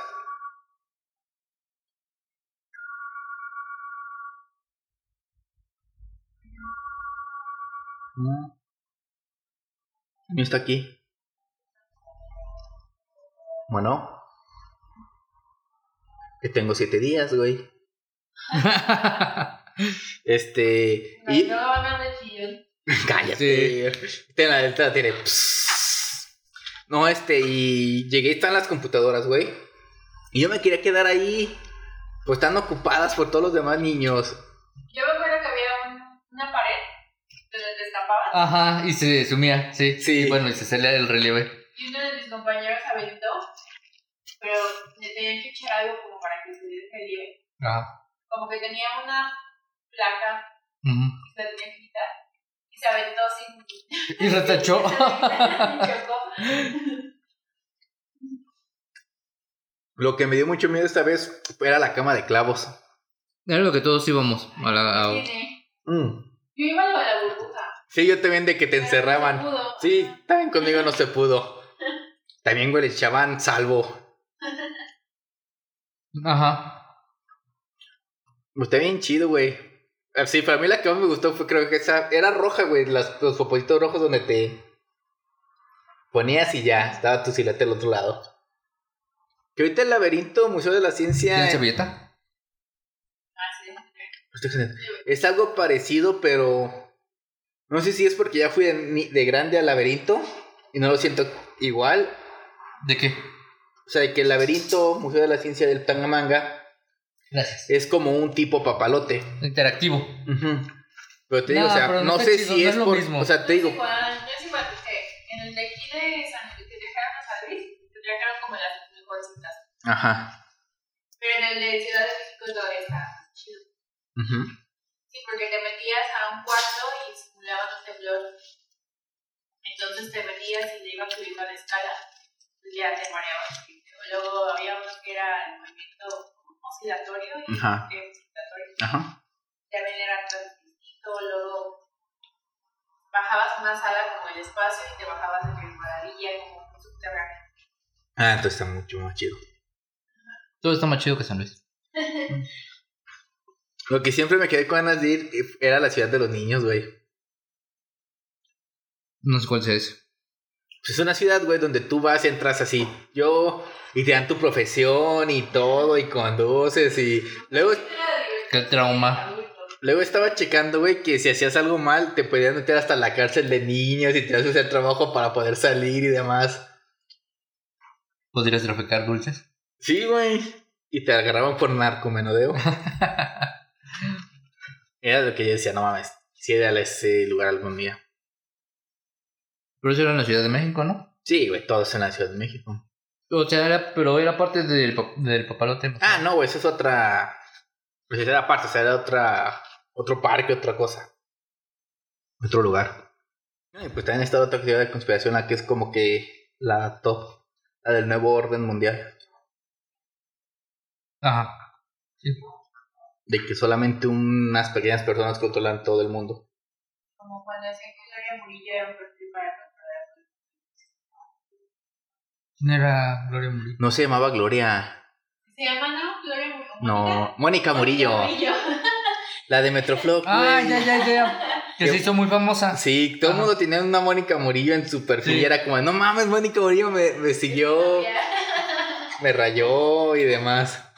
A: No. El mío Mm. está aquí. Bueno. Que tengo siete días, güey. Este.
C: No,
A: y-
C: no van a de chillón.
A: Cállate. Te la delta tiene. No, este, y llegué y están las computadoras, güey. Y yo me quería quedar ahí. Pues están ocupadas por todos los demás niños.
C: Yo me acuerdo que había un- una pared donde te escapabas
B: Ajá, y se sumía, sí.
A: Sí.
B: Y bueno, y se salía el relieve.
C: y uno de mis compañeros aventó, pero le tenían que echar algo como para que se despegue.
B: Ajá.
C: Como que tenía una placa
B: Ujú.
C: y se la tenía que quitar y se aventó sin.
B: Y retachó.
C: y chocó.
A: Lo que me dio mucho miedo esta vez era la cama de clavos.
B: Era lo que todos íbamos. A la, a-
C: Sí, sí.
A: Mm.
C: Yo iba a lo de la burbuja.
A: Sí, yo también de que te
C: pero no se
A: encerraban.
C: pudo.
A: Sí, también conmigo no se pudo. También, güey, le echaban salvo.
B: Ajá.
A: Pues, Está bien chido, güey. Ah, Sí, para mí la que más me gustó fue creo que esa... Era roja, güey. las- Los popotitos rojos donde te ponías y ya. Estaba tu silueta al otro lado. Que ahorita el laberinto Museo de la Ciencia...
B: ¿Tienes servilleta?
C: Ah, sí.
A: Es algo parecido, pero... No sé si es porque ya fui de, ni- de grande al laberinto y no lo siento igual.
B: ¿De qué?
A: O sea, que el laberinto Museo de la Ciencia del Tangamanga
B: Gracias.
A: es como un tipo papalote.
B: Interactivo.
A: Ujú. Pero te
B: No,
A: digo, o sea,
B: pero no
A: no
B: está
A: sé
B: chido,
A: si
B: no
A: es
B: es lo
A: por-
B: mismo.
A: O sea, te digo,
C: Es igual, no es igual porque en el de aquí de San Luis que trajeron a San Luis, te trajeron como las mejores citas.
A: Ajá.
C: Pero en el de Ciudad de México todavía está chido.
A: ujú.
C: Sí, porque te metías a un cuarto y simulaban un temblor. Entonces te metías y te iban subiendo a la escala. Pues ya te mareabas. Luego había uno que era el movimiento oscilatorio y
A: Ajá.
C: que oscilatorio.
A: Ajá.
C: también era transquisito, luego bajabas una sala como el espacio y te bajabas en el maravilla como un subterráneo.
A: Ah, entonces está mucho más chido.
B: Todo está más chido que San Luis.
A: Lo que siempre me quedé con ganas de ir eh, era la ciudad de los niños, güey.
B: No sé cuál sea ese.
A: Pues Es una ciudad, güey, donde tú vas, entras así, yo, y te dan tu profesión y todo, y conduces, y luego,
B: Qué trauma.
A: luego estaba checando, güey, que si hacías algo mal, te podían meter hasta la cárcel de niños y te haces el trabajo para poder salir y demás.
B: ¿Podrías traficar dulces?
A: Sí, güey. Y te agarraban por narcomenudeo. Era lo que yo decía, no mames, quisiera ese lugar algún día.
B: Pero eso era en la Ciudad de México, ¿no?
A: Sí, güey, todo es en la Ciudad de México.
B: O sea, era, pero era parte del, pa- del papalote.
A: Ah, no, güey, esa es otra. Pues esa era aparte, o sea, era otra, otro parque, otra cosa. Otro lugar. Y pues también está la otra teoría de conspiración, la que es como que la top, la del nuevo orden mundial.
B: Ajá.
A: De que solamente unas pequeñas personas controlan todo el mundo.
C: Como cuando hacían que Gloria Murillo era un perfil para controlar.
B: ¿Quién era Gloria Murillo?
A: No se llamaba Gloria.
C: ¿Se llama, no? Gloria Murillo.
A: No, Mónica Murillo.
C: Murillo.
A: La de Metroflop.
B: Ah,
A: güey.
B: ya, ya, ya. Que se hizo muy famosa.
A: Sí, todo el
B: Ajá.
A: mundo tenía una Mónica Murillo en su perfil
B: Sí.
A: y era como, no mames, Mónica Murillo me, me siguió, me rayó y demás.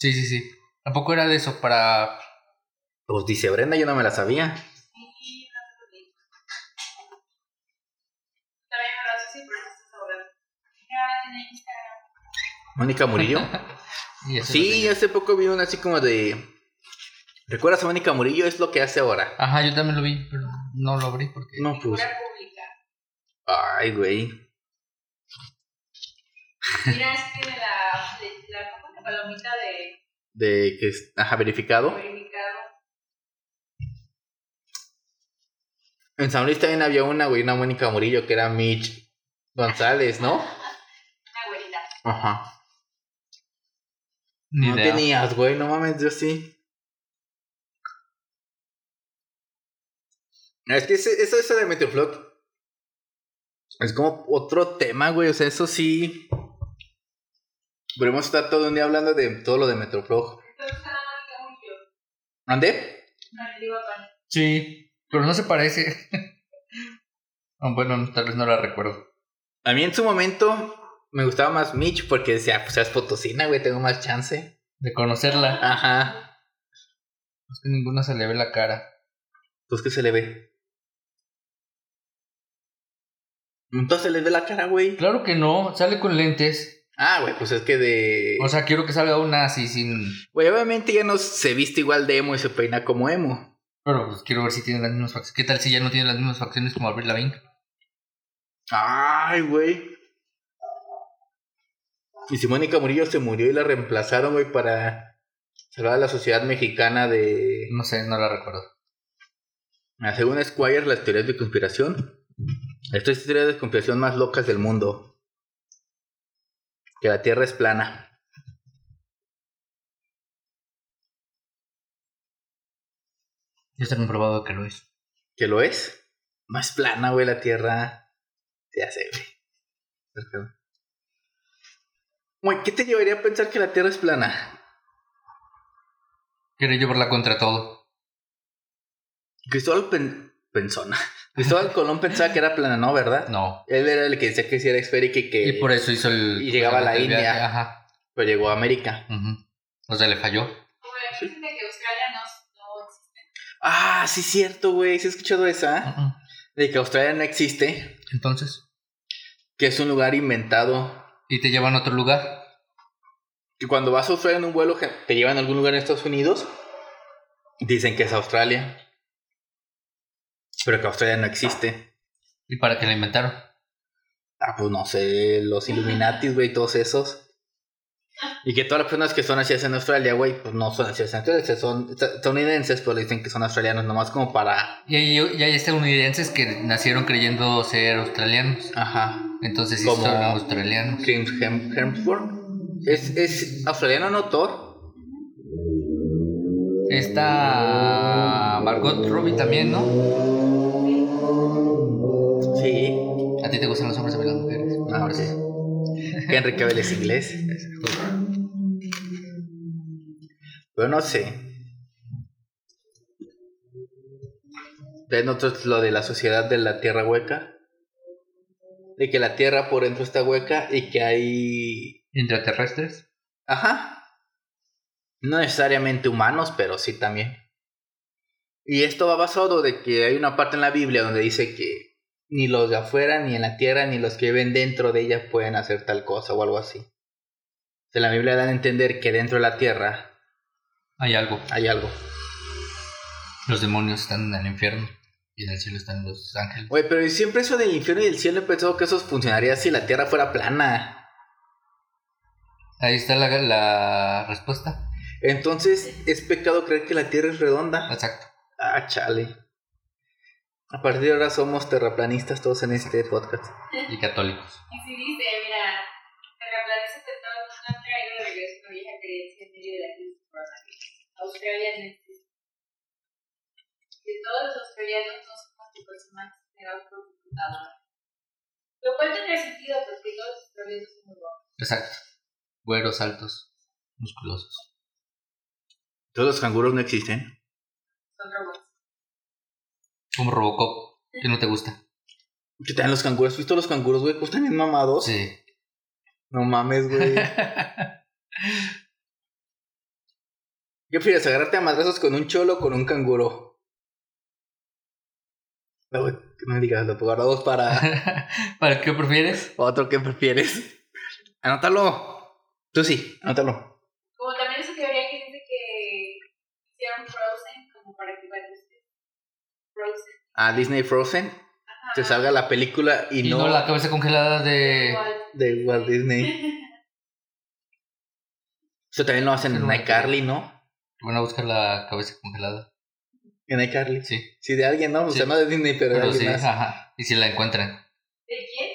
B: Sí, sí, sí. Tampoco era de eso para.
A: Pues dice Brenda, yo no me la sabía.
C: Sí, no sé por qué. También me lo hace siempre, no sé sobre. Ah, en Instagram.
A: Mónica Murillo.
B: y eso no
A: sí,
B: tenía.
A: hace poco vi una así como de... ¿Recuerdas a Mónica Murillo? Es lo que hace ahora.
B: Ajá, yo también lo vi, pero no lo abrí porque.
A: No, pues...
C: Figura pública.
A: Ay, güey.
C: Mira, es que de la, de la, ¿cómo se llama? palomita de
A: De que es, ajá, verificado.
C: verificado.
A: En San Luis también había una, güey, una Mónica Murillo que era Mitch González, ¿no?
C: Una abuelita.
A: Ajá.
B: Ni
A: no
B: idea.
A: tenías, güey, no mames, yo sí. No, Es que ese- eso, eso de Meteoflot es como otro tema, güey. O sea, eso sí. Podemos estar todo un día hablando de todo lo de Metroflog.
C: Entonces, nada más que un yo.
A: ¿Ande?
C: No le digo a Pan.
B: Sí, pero no se parece. Ah, bueno, tal vez no la recuerdo.
A: A mí en su momento me gustaba más Mitch porque decía, pues seas potosina, güey, tengo más chance.
B: De conocerla.
A: Ajá.
B: Es que ninguna se le ve la cara.
A: Pues que se le ve. Entonces le ve la cara, güey.
B: Claro que no, sale con lentes.
A: Ah, güey, pues es que de.
B: O sea, quiero que salga una así sin.
A: Güey, obviamente ya no se viste igual de emo y se peina como emo.
B: Pero pues, quiero ver si tiene las mismas facciones. ¿Qué tal si ya no tiene las mismas facciones como Abril Lavigne?
A: Ay, güey. Y si Mónica Murillo se murió y la reemplazaron, güey, para salvar a la sociedad mexicana de...
B: No sé, no la recuerdo.
A: Ah, Según Squire, las teorías de conspiración. Estas es teorías de conspiración más locas del mundo. Que la Tierra es plana.
B: Yo también he probado que lo es.
A: ¿Que lo es? No es plana, güey, la Tierra. Ya sé, güey. Güey, ¿qué te llevaría a pensar que la Tierra es plana?
B: Quiero llevarla contra todo.
A: Cristóbal Pen- Pensona. Cristóbal Colón pensaba que era plana, ¿no? ¿Verdad?
B: No.
A: Él era el que decía que sí era esférica y que
B: y por eso hizo el.
A: Eh, y llegaba a la
B: el viaje.
A: India.
B: Ajá.
A: pero llegó a América.
B: ujú. O sea, le falló.
C: Como la gente de que Australia no, no existe.
A: Ah, sí, cierto, güey. ¿Sí has escuchado esa?
B: Ujú.
A: De que Australia no existe,
B: Entonces.
A: que es un lugar inventado.
B: Y te llevan a otro lugar.
A: Que cuando vas a Australia en un vuelo, que te llevan a algún lugar en Estados Unidos, dicen que es Australia. Pero que Australia no existe.
B: ¿Y para qué la inventaron?
A: Ah, pues no sé, los Illuminatis, güey, todos esos. Y que todas las personas que son nacidas en Australia, güey, pues no son nacidas en Australia, son estadounidenses, pero dicen que son australianos nomás como para...
B: Y hay, y hay estadounidenses que nacieron creyendo ser australianos.
A: Ajá.
B: Entonces sí
A: Como-
B: son australianos.
A: James Hem- Hemsworth. ¿Es, es australiano no Thor?
B: Está Margot Robbie también, ¿no?
A: Sí.
B: ¿A ti te gustan los hombres o las mujeres? Los
A: Ah,
B: hombres.
A: ok. Henry Cavill es inglés. Pero no sé. ¿Ven nosotros lo de la sociedad de la tierra hueca? De que la tierra por dentro está hueca y que hay
B: ¿Intraterrestres?
A: Ajá. No necesariamente humanos, pero sí también. Y esto va basado de que hay una parte en la Biblia donde dice que ni los de afuera, ni en la tierra, ni los que viven dentro de ella pueden hacer tal cosa o algo así. De la Biblia dan a entender que dentro de la tierra
B: Hay algo.
A: hay algo.
B: Los demonios están en el infierno y en el cielo están los ángeles.
A: Oye, pero siempre eso del infierno y del cielo he pensado que eso funcionaría si la tierra fuera plana.
B: Ahí está la, la respuesta.
A: Entonces, es pecado creer que la Tierra es redonda.
B: Exacto.
A: Ah, chale. A partir de ahora somos terraplanistas todos en este podcast.
B: Y católicos.
C: Y si dice, mira, terraplanistas de todos nos han traído de regreso una vieja creencia en medio de la crisis por Australia no existe. De todos los australianos no somos de personas generados por computadora. Lo cual tendría sentido porque todos los australianos son muy guapos.
B: Exacto. Güeros altos, musculosos.
A: Todos los canguros no existen.
C: Son robots.
B: Como Robocop, que no te gusta.
A: Que te dan los canguros. ¿Has visto los canguros, güey? Pues también mamados.
B: Sí.
A: No mames, güey. ¿Qué prefieres, agarrarte a madrazos con un cholo o con un canguro? No, güey, que no digas, lo guardamos para
B: ¿Para qué prefieres?
A: otro que prefieres. Anótalo. Tú sí, anótalo.
C: Como también esa teoría que dice que hicieron Frozen como para que varios Frozen.
A: A Disney Frozen te salga la película y,
B: Y
A: no,
B: no la cabeza congelada de.
C: Igual.
A: de Walt Disney. Eso también lo hacen en iCarly, ¿no?
B: Van a buscar la cabeza congelada.
A: En iCarly.
B: Sí.
A: Sí, de alguien, ¿no? O sea,
B: Sí.
A: no de Disney, pero, de
B: Pero
A: alguien
B: sí,
A: más.
B: ajá. Y si la encuentran.
C: ¿De quién?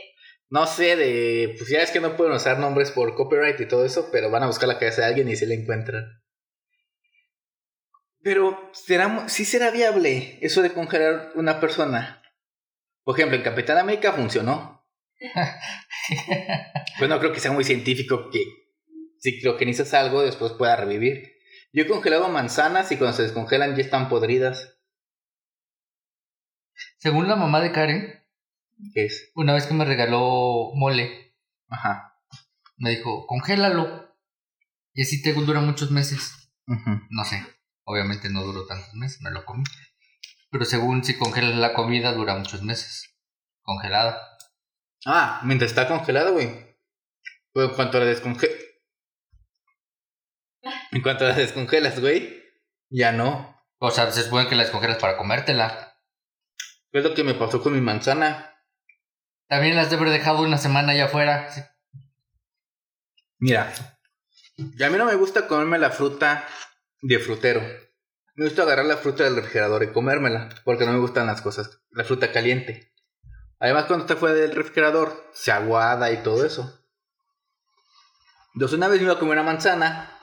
A: No sé, de. Pues ya es que no pueden usar nombres por copyright y todo eso, pero van a buscar la cabeza de alguien y si la encuentran. Pero, ¿será, mu- ¿sí será viable eso de congelar una persona? Por ejemplo, en Capitán América funcionó. Pues no creo que sea muy científico que si criogenizas algo después pueda revivir. Yo he congelado manzanas y cuando se descongelan ya están podridas.
B: Según la mamá de Karen,
A: ¿Qué es?
B: una vez que me regaló mole,
A: Ajá.
B: me dijo, congélalo. Y así te dura muchos meses.
A: Ujú.
B: No sé. Obviamente no duró tantos meses, me lo comí. Pero según si congelas la comida, dura muchos meses. Congelada.
A: Ah, mientras está congelado, güey. Pero en cuanto la descongelas. En cuanto la descongelas, güey. Ya no.
B: O sea, se supone que la descongelas para comértela.
A: Es lo que me pasó con mi manzana.
B: También las debe haber dejado una semana allá afuera. Sí.
A: Mira. Y a mí no me gusta comerme la fruta de frutero. Me gusta agarrar la fruta del refrigerador y comérmela. Porque no me gustan las cosas. La fruta caliente. Además, cuando está fuera del refrigerador, se aguada y todo eso. Entonces, una vez me iba a comer una manzana.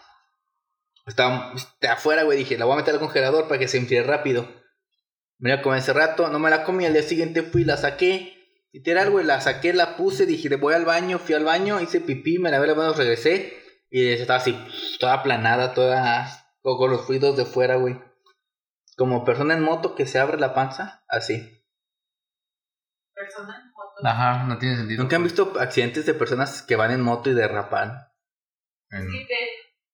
A: Estaba estaba afuera, güey. Dije, la voy a meter al congelador para que se enfríe rápido. Me la comí hace rato, no me la comí. Al día siguiente fui, y la saqué. Literal, güey, la saqué, la puse. Dije, voy al baño, fui al baño, hice pipí, me lavé las manos, regresé. Y estaba así, toda aplanada, toda. Con con los fluidos de fuera, güey. Como persona en moto que se abre la panza, así.
C: Persona, foto.
B: Ajá, no tiene sentido.
A: ¿Nunca han visto accidentes de personas que van en moto y derrapan?
B: En-
C: Sí, te,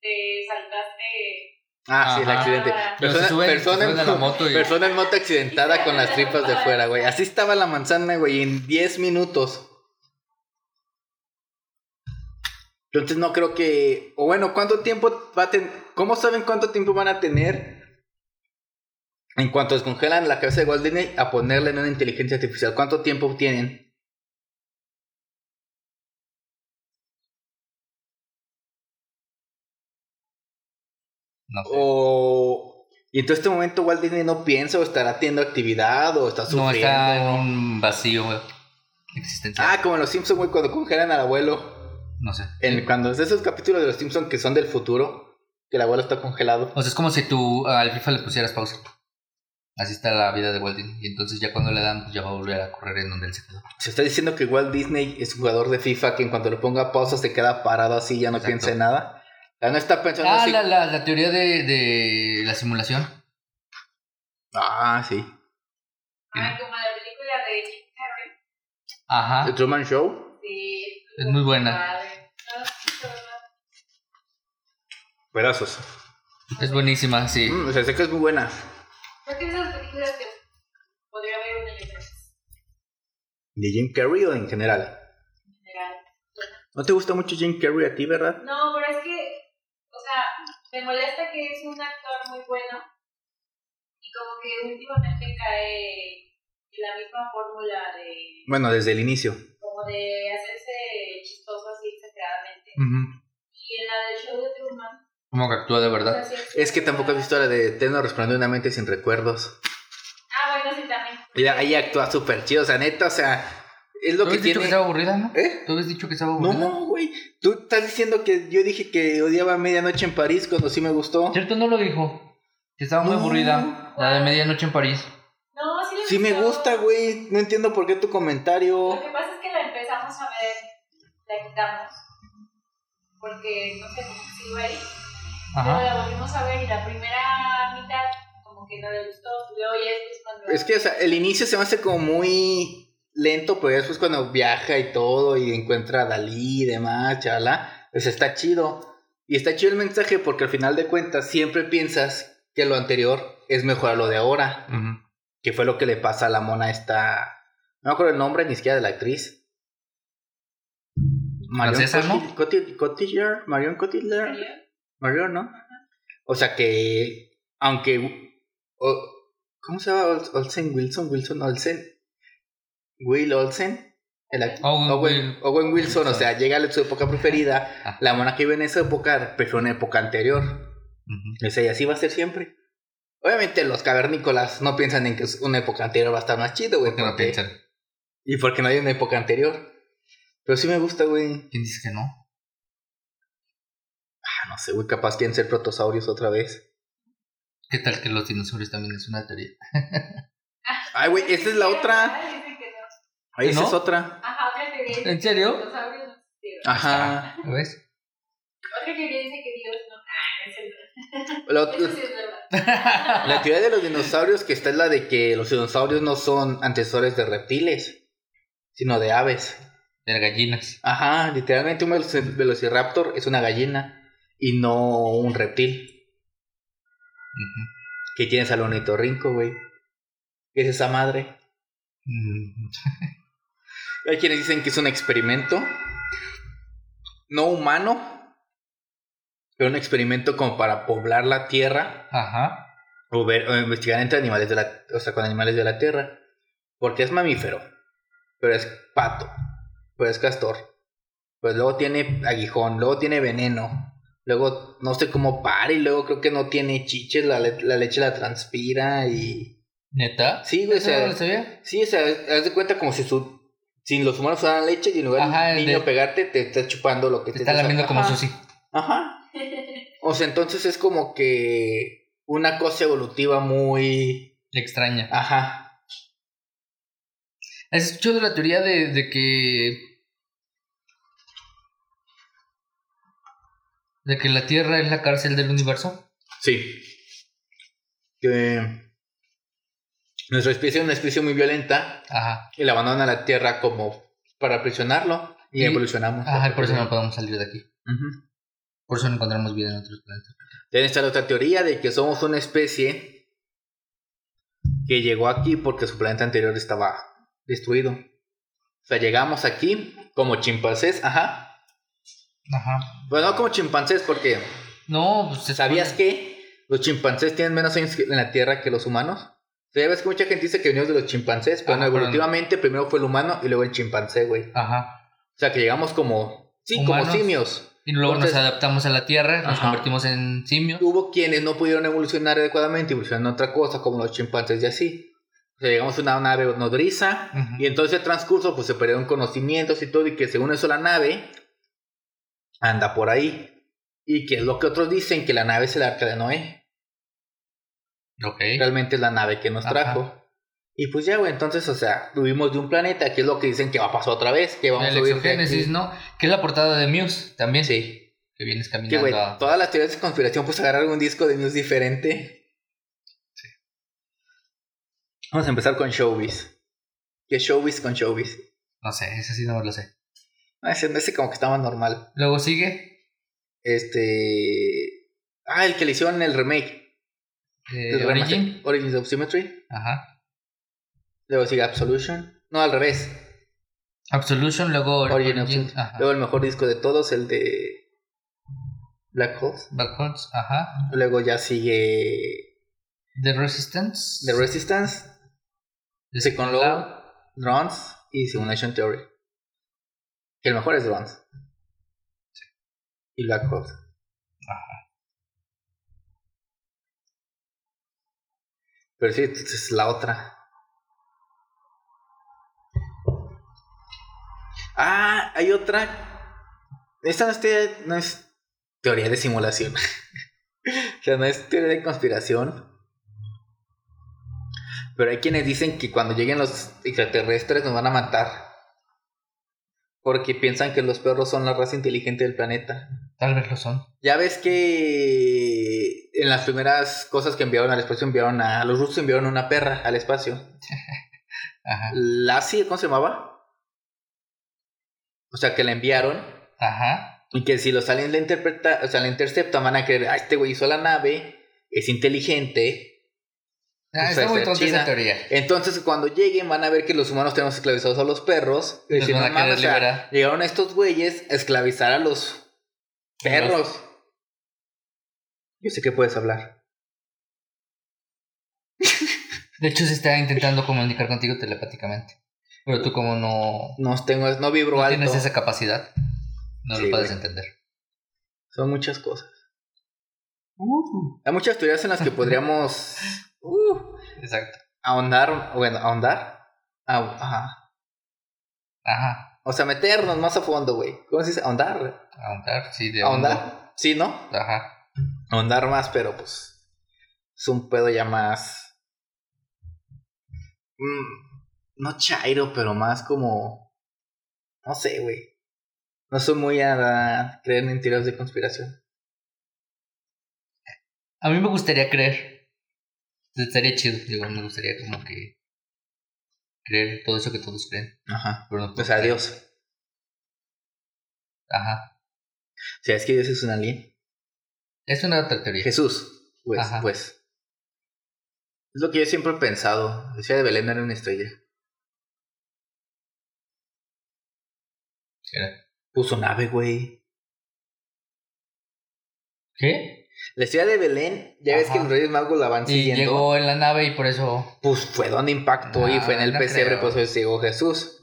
C: te saltaste.
A: Ah, sí, el
B: Ajá.
A: accidente.
B: Pero
A: Persona,
B: se suben-
A: persona
B: se suben a la
A: en,
B: moto y-
A: persona en moto accidentada con las tripas de fuera, güey. Así estaba la manzana, güey, en 10 minutos. Entonces no creo que... O bueno, ¿cuánto tiempo va a tener... ¿Cómo saben cuánto tiempo van a tener en cuanto descongelan la cabeza de Walt Disney a ponerla en una inteligencia artificial? ¿Cuánto tiempo tienen?
B: No, sé.
A: O... Y en todo este momento Walt Disney no piensa o estará teniendo actividad o está sufriendo.
B: no está en un vacío güey, existencial.
A: Ah, como en los Simpsons, güey, cuando congelan al abuelo.
B: no sé.
A: En, cuando es esos capítulos de los Simpsons que son del futuro, que el abuelo está congelado.
B: O sea, es como si tú al FIFA le pusieras pausa. Así está la vida de Walt Disney. Y entonces ya cuando le dan, pues ya va a volver a correr en donde él se quedó.
A: Se está diciendo que Walt Disney es jugador de FIFA, que en cuanto le ponga pausa se queda parado así, ya no
B: Exacto.
A: piensa en nada. Ya no está pensando
B: Ah,
A: así.
B: la, la, la teoría de, de la simulación.
A: Ah, sí.
C: Ah, como la película de Jim Carrey.
A: The
B: Ajá.
A: Truman Show.
C: Sí.
B: Es muy buena.
C: Padre. No, Ah, sí, pero no.
A: Pedazos.
B: Es buenísima, sí.
A: Mm, o sea, sé que es muy buena.
C: Creo que esas películas que podría haber una y otra vez.
A: ¿De Jim Carrey o en general?
C: En general.
A: ¿No te gusta mucho Jim Carrey a ti, verdad?
C: No, pero es que, o sea, me molesta que es un actor muy bueno y como que últimamente cae en la misma fórmula de
A: Bueno, desde el inicio.
C: como de hacerse chistoso así exageradamente.
B: Ujú.
C: Y en la del show de Truman,
B: Como que actúa de verdad.
C: Así es.
A: Es que tampoco he visto la de Eterno Resplandor de una mente sin recuerdos.
C: Ah, bueno, sí, también.
A: Y ahí actúa súper chido, o sea, neta, o sea, es
B: Tú
A: lo que
B: habías dicho
A: tiene.
B: que estaba aburrida, ¿no?
A: ¿Eh?
B: Tú habías dicho que estaba aburrida.
A: No, güey. Tú estás diciendo que yo dije que odiaba Medianoche en París cuando sí me gustó.
B: ¿Cierto? No lo dijo. Que estaba muy
A: No.
B: aburrida. La de medianoche en París.
C: No, sí le
A: Sí me
C: gustó.
A: gusta, güey. No entiendo por qué tu comentario.
C: Lo que pasa es que la empezamos a ver, la quitamos. Porque no sé cómo se iba ahí. Pero
B: Ajá.
C: la volvimos a ver y la primera mitad, como que no le gustó. Luego ya es cuando.
A: Es que, o sea, el inicio se me hace como muy lento, pero después cuando viaja y todo y encuentra a Dalí y demás, chala, pues está chido. Y está chido el mensaje porque al final de cuentas siempre piensas que lo anterior es mejor a lo de ahora,
B: Ujú.
A: que fue lo que le pasa a la mona esta, no me acuerdo el nombre ni siquiera de la actriz. Marion
B: Francesa, ¿no?
A: Coti- Coti- Cotillard, Marion Cotillard. Mario, ¿no? O sea que, aunque, o- ¿cómo se llama? Ol- Olsen, Wilson, Wilson, Olsen, Will Olsen, el act-
B: Owen
A: Owen,
B: Will-
A: Owen Wilson, o sea, llega a su época preferida,
B: Ah.
A: la mona que vive en esa época, pero una época anterior,
B: Ujú.
A: o sea, y así va a ser siempre. Obviamente los cavernícolas no piensan en que es una época anterior va a estar más chido, güey.
B: Que no
A: porque-
B: piensan.
A: Y porque no hay una época anterior. Pero sí me gusta, güey.
B: ¿Quién dice que no?
A: Ah, No sé, güey, capaz quieren ser protosaurios otra vez.
B: ¿Qué tal que los dinosaurios también es una teoría?
A: Ay, güey, esa es la otra.
B: ¿Que
A: Esa
B: no?
A: es otra.
C: Ajá, otra teoría. dice
B: ¿En
C: que
B: serio?
C: los dinosaurios no existieron.
A: Ajá.
B: ¿Lo ves?
C: Otra teoría dice que Dios no. Ah, es el-
A: La,
C: Eso sí es verdad.
A: la teoría de los dinosaurios que está es la de que los dinosaurios no son antecesores de reptiles, sino de aves.
B: De las gallinas.
A: Ajá, literalmente un veloci- velociraptor es una gallina y no un reptil
B: Ujú.
A: que tienes al ornitorrinco, güey. ¿Qué es esa madre?
B: Mm,
A: Hay quienes dicen que es un experimento no humano, pero un experimento como para poblar la tierra
B: Ajá.
A: o, ver- o investigar entre animales de la, o sea, con animales de la tierra, porque es mamífero, pero es pato, pero es castor, pues luego tiene aguijón, luego tiene veneno, luego no sé cómo para y luego creo que no tiene chiches, la, le- la leche la transpira y
B: ¿Neta?
A: sí, güey, o
B: ¿Eso no lo
A: sea,
B: sabía?
A: sí, o sea, haz haz de cuenta como si su si los humanos usaran leche y en lugar
B: Ajá,
A: de
B: el
A: niño
B: de-
A: pegarte te está chupando lo que
B: Te
A: te
B: está
A: estás-
B: lamiendo como
A: Ajá.
B: Susi.
A: Ajá. O sea, entonces es como que una cosa evolutiva muy...
B: Le extraña.
A: Ajá.
B: ¿Has escuchado la teoría de, de que... De que la Tierra es la cárcel del universo?
A: Sí. Que nuestra especie es una especie muy violenta
B: Ajá.
A: y la abandonan a la Tierra como para aprisionarlo y,
B: Y-
A: evolucionamos.
B: Ajá, y por eso no podemos salir de aquí.
A: Ujú.
B: Por eso no encontramos vida en otros planetas.
A: También está la otra teoría de que somos una especie que llegó aquí porque su planeta anterior estaba destruido. O sea, llegamos aquí como chimpancés, ajá.
B: Ajá.
A: Bueno, no como chimpancés porque...
B: No, pues... se
A: ¿Sabías
B: supone-
A: que los chimpancés tienen menos años que- en la Tierra que los humanos? O sea, ya ves que mucha gente dice que venimos de los chimpancés, pero
B: Ajá,
A: no,
B: pero no.
A: evolutivamente primero fue el humano y luego el chimpancé, güey. O
B: Ajá.
A: sea, que llegamos como, sí,
B: Humanos.
A: como simios.
B: Y luego
A: Entonces-
B: nos adaptamos a la Tierra, nos
A: Ajá.
B: convertimos en simios.
A: Hubo quienes no pudieron evolucionar adecuadamente, evolucionaron a otra cosa, como los chimpancés y así. O sea, llegamos a una nave nodriza
B: Ujú.
A: y entonces el transcurso pues se perdieron conocimientos y todo y que según eso la nave anda por ahí. Y que es lo que otros dicen, que la nave es el arca de Noé.
B: Ok.
A: realmente es la nave que nos
B: Ajá.
A: trajo. Y pues ya, güey, entonces, o sea, vivimos de un planeta, que es lo que dicen que va a pasar otra vez, que vamos
B: El
A: a huir de
B: exogénesis,
A: aquí.
B: ¿no? Que es la portada de Muse también.
A: Sí.
B: Que vienes
A: Que, güey,
B: caminando a...
A: todas las teorías de conspiración, pues agarrar un disco de news diferente. Vamos a empezar con Showbiz. ¿Qué es Showbiz con Showbiz?
B: No sé, eso sí no lo sé.
A: No, ese, ese como que estaba normal.
B: Luego sigue...
A: Este... Ah, el que le hicieron el remake.
B: eh,
A: El remaster.
B: Origin.
A: Origins of Symmetry.
B: Ajá.
A: Luego sigue Absolution. No, al revés.
B: Absolution, luego Or-
A: Origin of
B: Origin.
A: Sin.
B: Ajá.
A: Luego el mejor disco de todos, el de Black Holes.
B: Backwards, ajá.
A: Luego ya sigue
B: The Resistance. Este,
A: The Resistance,
B: The
A: Second Law, Drones y Simulation Theory. Que el mejor es Drones. Y Black Holes. Pero sí, es la otra. Ah, hay otra. Esta no es, teoría, no es teoría de simulación. o sea, no es teoría de conspiración. Pero hay quienes dicen que cuando lleguen los extraterrestres nos van a matar. Porque piensan que los perros son la raza inteligente del planeta.
B: Tal vez lo son.
A: Ya ves que en las primeras cosas que enviaron al espacio enviaron a, a los rusos enviaron una perra al espacio.
B: Ajá.
A: Lassie, ¿cómo se llamaba? O sea, que la enviaron
B: Ajá.
A: y que si los aliens la interpreta, o sea, la interceptan van a creer, ah, este güey hizo la nave, es inteligente.
B: Ah,
A: Pues
B: está
A: esa
B: muy
A: es
B: tonta esa
A: China.
B: teoría.
A: Entonces, cuando lleguen van a ver que los humanos tenemos esclavizados a los perros. Y
B: Nos
A: decir,
B: van a
A: "No mames,
B: querer
A: o sea,
B: liberar".
A: llegaron estos güeyes a esclavizar a los perros. Yo sé que puedes hablar.
B: De hecho, se está intentando comunicar contigo telepáticamente. Pero tú como no,
A: No tengo, no vibro
B: no
A: alto.
B: tienes esa capacidad, no
A: Sí,
B: lo puedes
A: güey.
B: entender.
A: Son muchas cosas. Hay muchas teorías en las que podríamos uh,
B: Exacto.
A: ahondar, bueno, ahondar. Ah, ajá.
B: Ajá.
A: O sea, meternos más a fondo, güey. ¿Cómo se dice? Ahondar.
B: Ahondar, sí, de hondo.
A: Ahondar. Sí, ¿no?
B: Ajá.
A: Ahondar más, pero pues es un pedo ya más... mm, no chairo, pero más como... No sé, güey. No soy muy a, a creer en teorías de conspiración.
B: A mí me gustaría creer. Estaría chido, digo, me gustaría como que creer todo eso que todos creen.
A: Ajá.
B: Pero no
A: O
B: puedo
A: sea,
B: creer.
A: Dios. O
B: Ajá.
A: sea, es que Dios es un alien.
B: Es una otra teoría.
A: Jesús, pues,
B: Ajá.
A: pues. Es lo que yo siempre he pensado. Decía de Belén era una estrella.
B: Era.
A: Puso nave, güey.
B: ¿Qué?
A: La estrella de Belén, ya ves
B: Ajá.
A: que los Reyes Magos la van
B: Y
A: siguiendo.
B: llegó en la nave y por eso.
A: Pues fue donde impactó y
B: No,
A: fue en el
B: Ah, no
A: pesebre,
B: creo.
A: pues ahí llegó Jesús.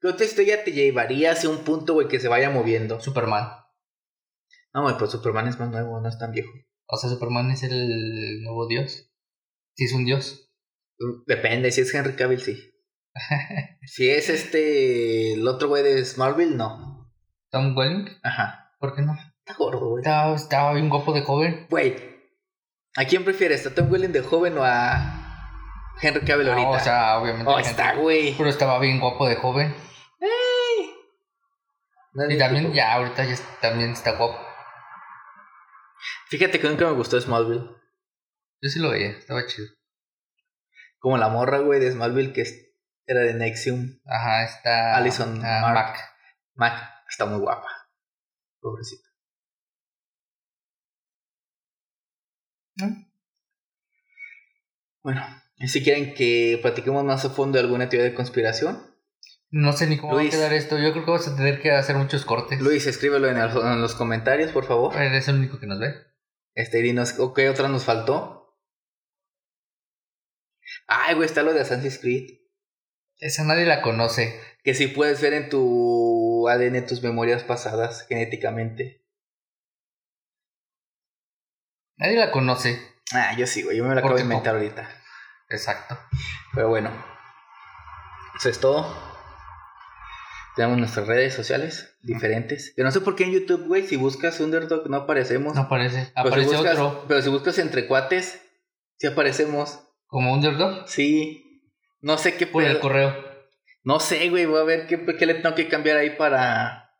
A: ¿Qué otra estrella te llevaría hacia un punto, güey, que se vaya moviendo?
B: Superman.
A: No, güey, pues Superman es más nuevo, no es tan viejo.
B: O sea, Superman es el nuevo dios. Sí, es un dios.
A: Depende, si es Henry Cavill, sí. si es este, el otro güey de Smallville, no.
B: Tom Welling.
A: Ajá.
B: ¿Por qué no?
A: Está gordo, güey.
B: Estaba, estaba bien guapo de joven.
A: Güey, ¿a quién prefieres? ¿A Tom Welling de joven o a Henry Cavill
B: Ah,
A: ahorita?
B: o sea, obviamente.
A: Oh,
B: la gente-
A: está, güey.
B: Pero estaba bien guapo de joven.
A: No es
B: Y
A: mi
B: también,
A: tipo.
B: ya, ahorita ya es- también está guapo.
A: Fíjate que nunca me gustó Smallville.
B: Yo sí lo veía, estaba chido.
A: Como la morra, güey, de Smallville que es- era de Nexium.
B: Ajá, está.
A: Alison
B: ah,
A: Mark.
B: Mack.
A: Mac, está muy guapa. Pobrecita.
B: ¿No?
A: Bueno, y si quieren que platiquemos más a fondo de alguna teoría de conspiración,
B: No sé ni cómo
A: Luis.
B: va a quedar esto. Yo creo que vas a tener que hacer muchos cortes.
A: Luis, escríbelo en, el- en los comentarios, por favor.
B: Eres el único que nos ve.
A: Este, dinos, ¿o ¿qué otra nos faltó? Ay, güey, está lo de Assassin's Creed.
B: Esa nadie la conoce.
A: Que sí puedes ver en tu ADN tus memorias pasadas genéticamente.
B: Nadie la conoce.
A: Ah, yo sí, güey, yo me la acabo de
B: Porque
A: inventar ahorita.
B: Exacto.
A: Pero bueno, eso es todo. Tenemos nuestras redes sociales diferentes. Yo no sé por qué en YouTube, güey, si buscas Underdog no aparecemos.
B: No aparece.
A: Pero Pues si
B: Aparece
A: buscas-
B: otro.
A: Pero si buscas entre cuates, sí aparecemos.
B: Como Underdog.
A: Sí. No sé qué
B: Por el
A: pedo.
B: correo.
A: No sé, güey, voy a ver qué, qué le tengo que cambiar ahí para.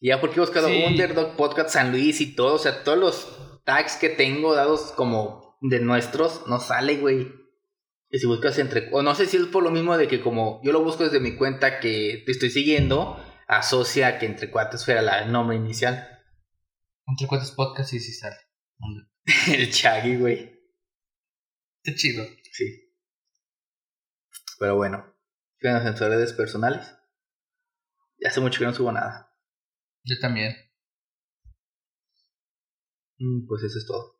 A: Ya porque he buscado
B: Sí.
A: Underdog Podcast San Luis y todo, o sea, todos los tags que tengo dados como de nuestros, no sale, güey. Y si buscas entre. O no sé si es por lo mismo de que como yo lo busco desde mi cuenta que te estoy siguiendo, asocia que entre cuates fuera la- el nombre inicial.
B: Entre cuantos podcasts y si sale.
A: el Chaggy, güey.
B: Qué chido.
A: Sí. Pero bueno, síganos en sus redes personales. Ya hace mucho que no subo nada.
B: Yo también.
A: Mm, Pues eso es todo.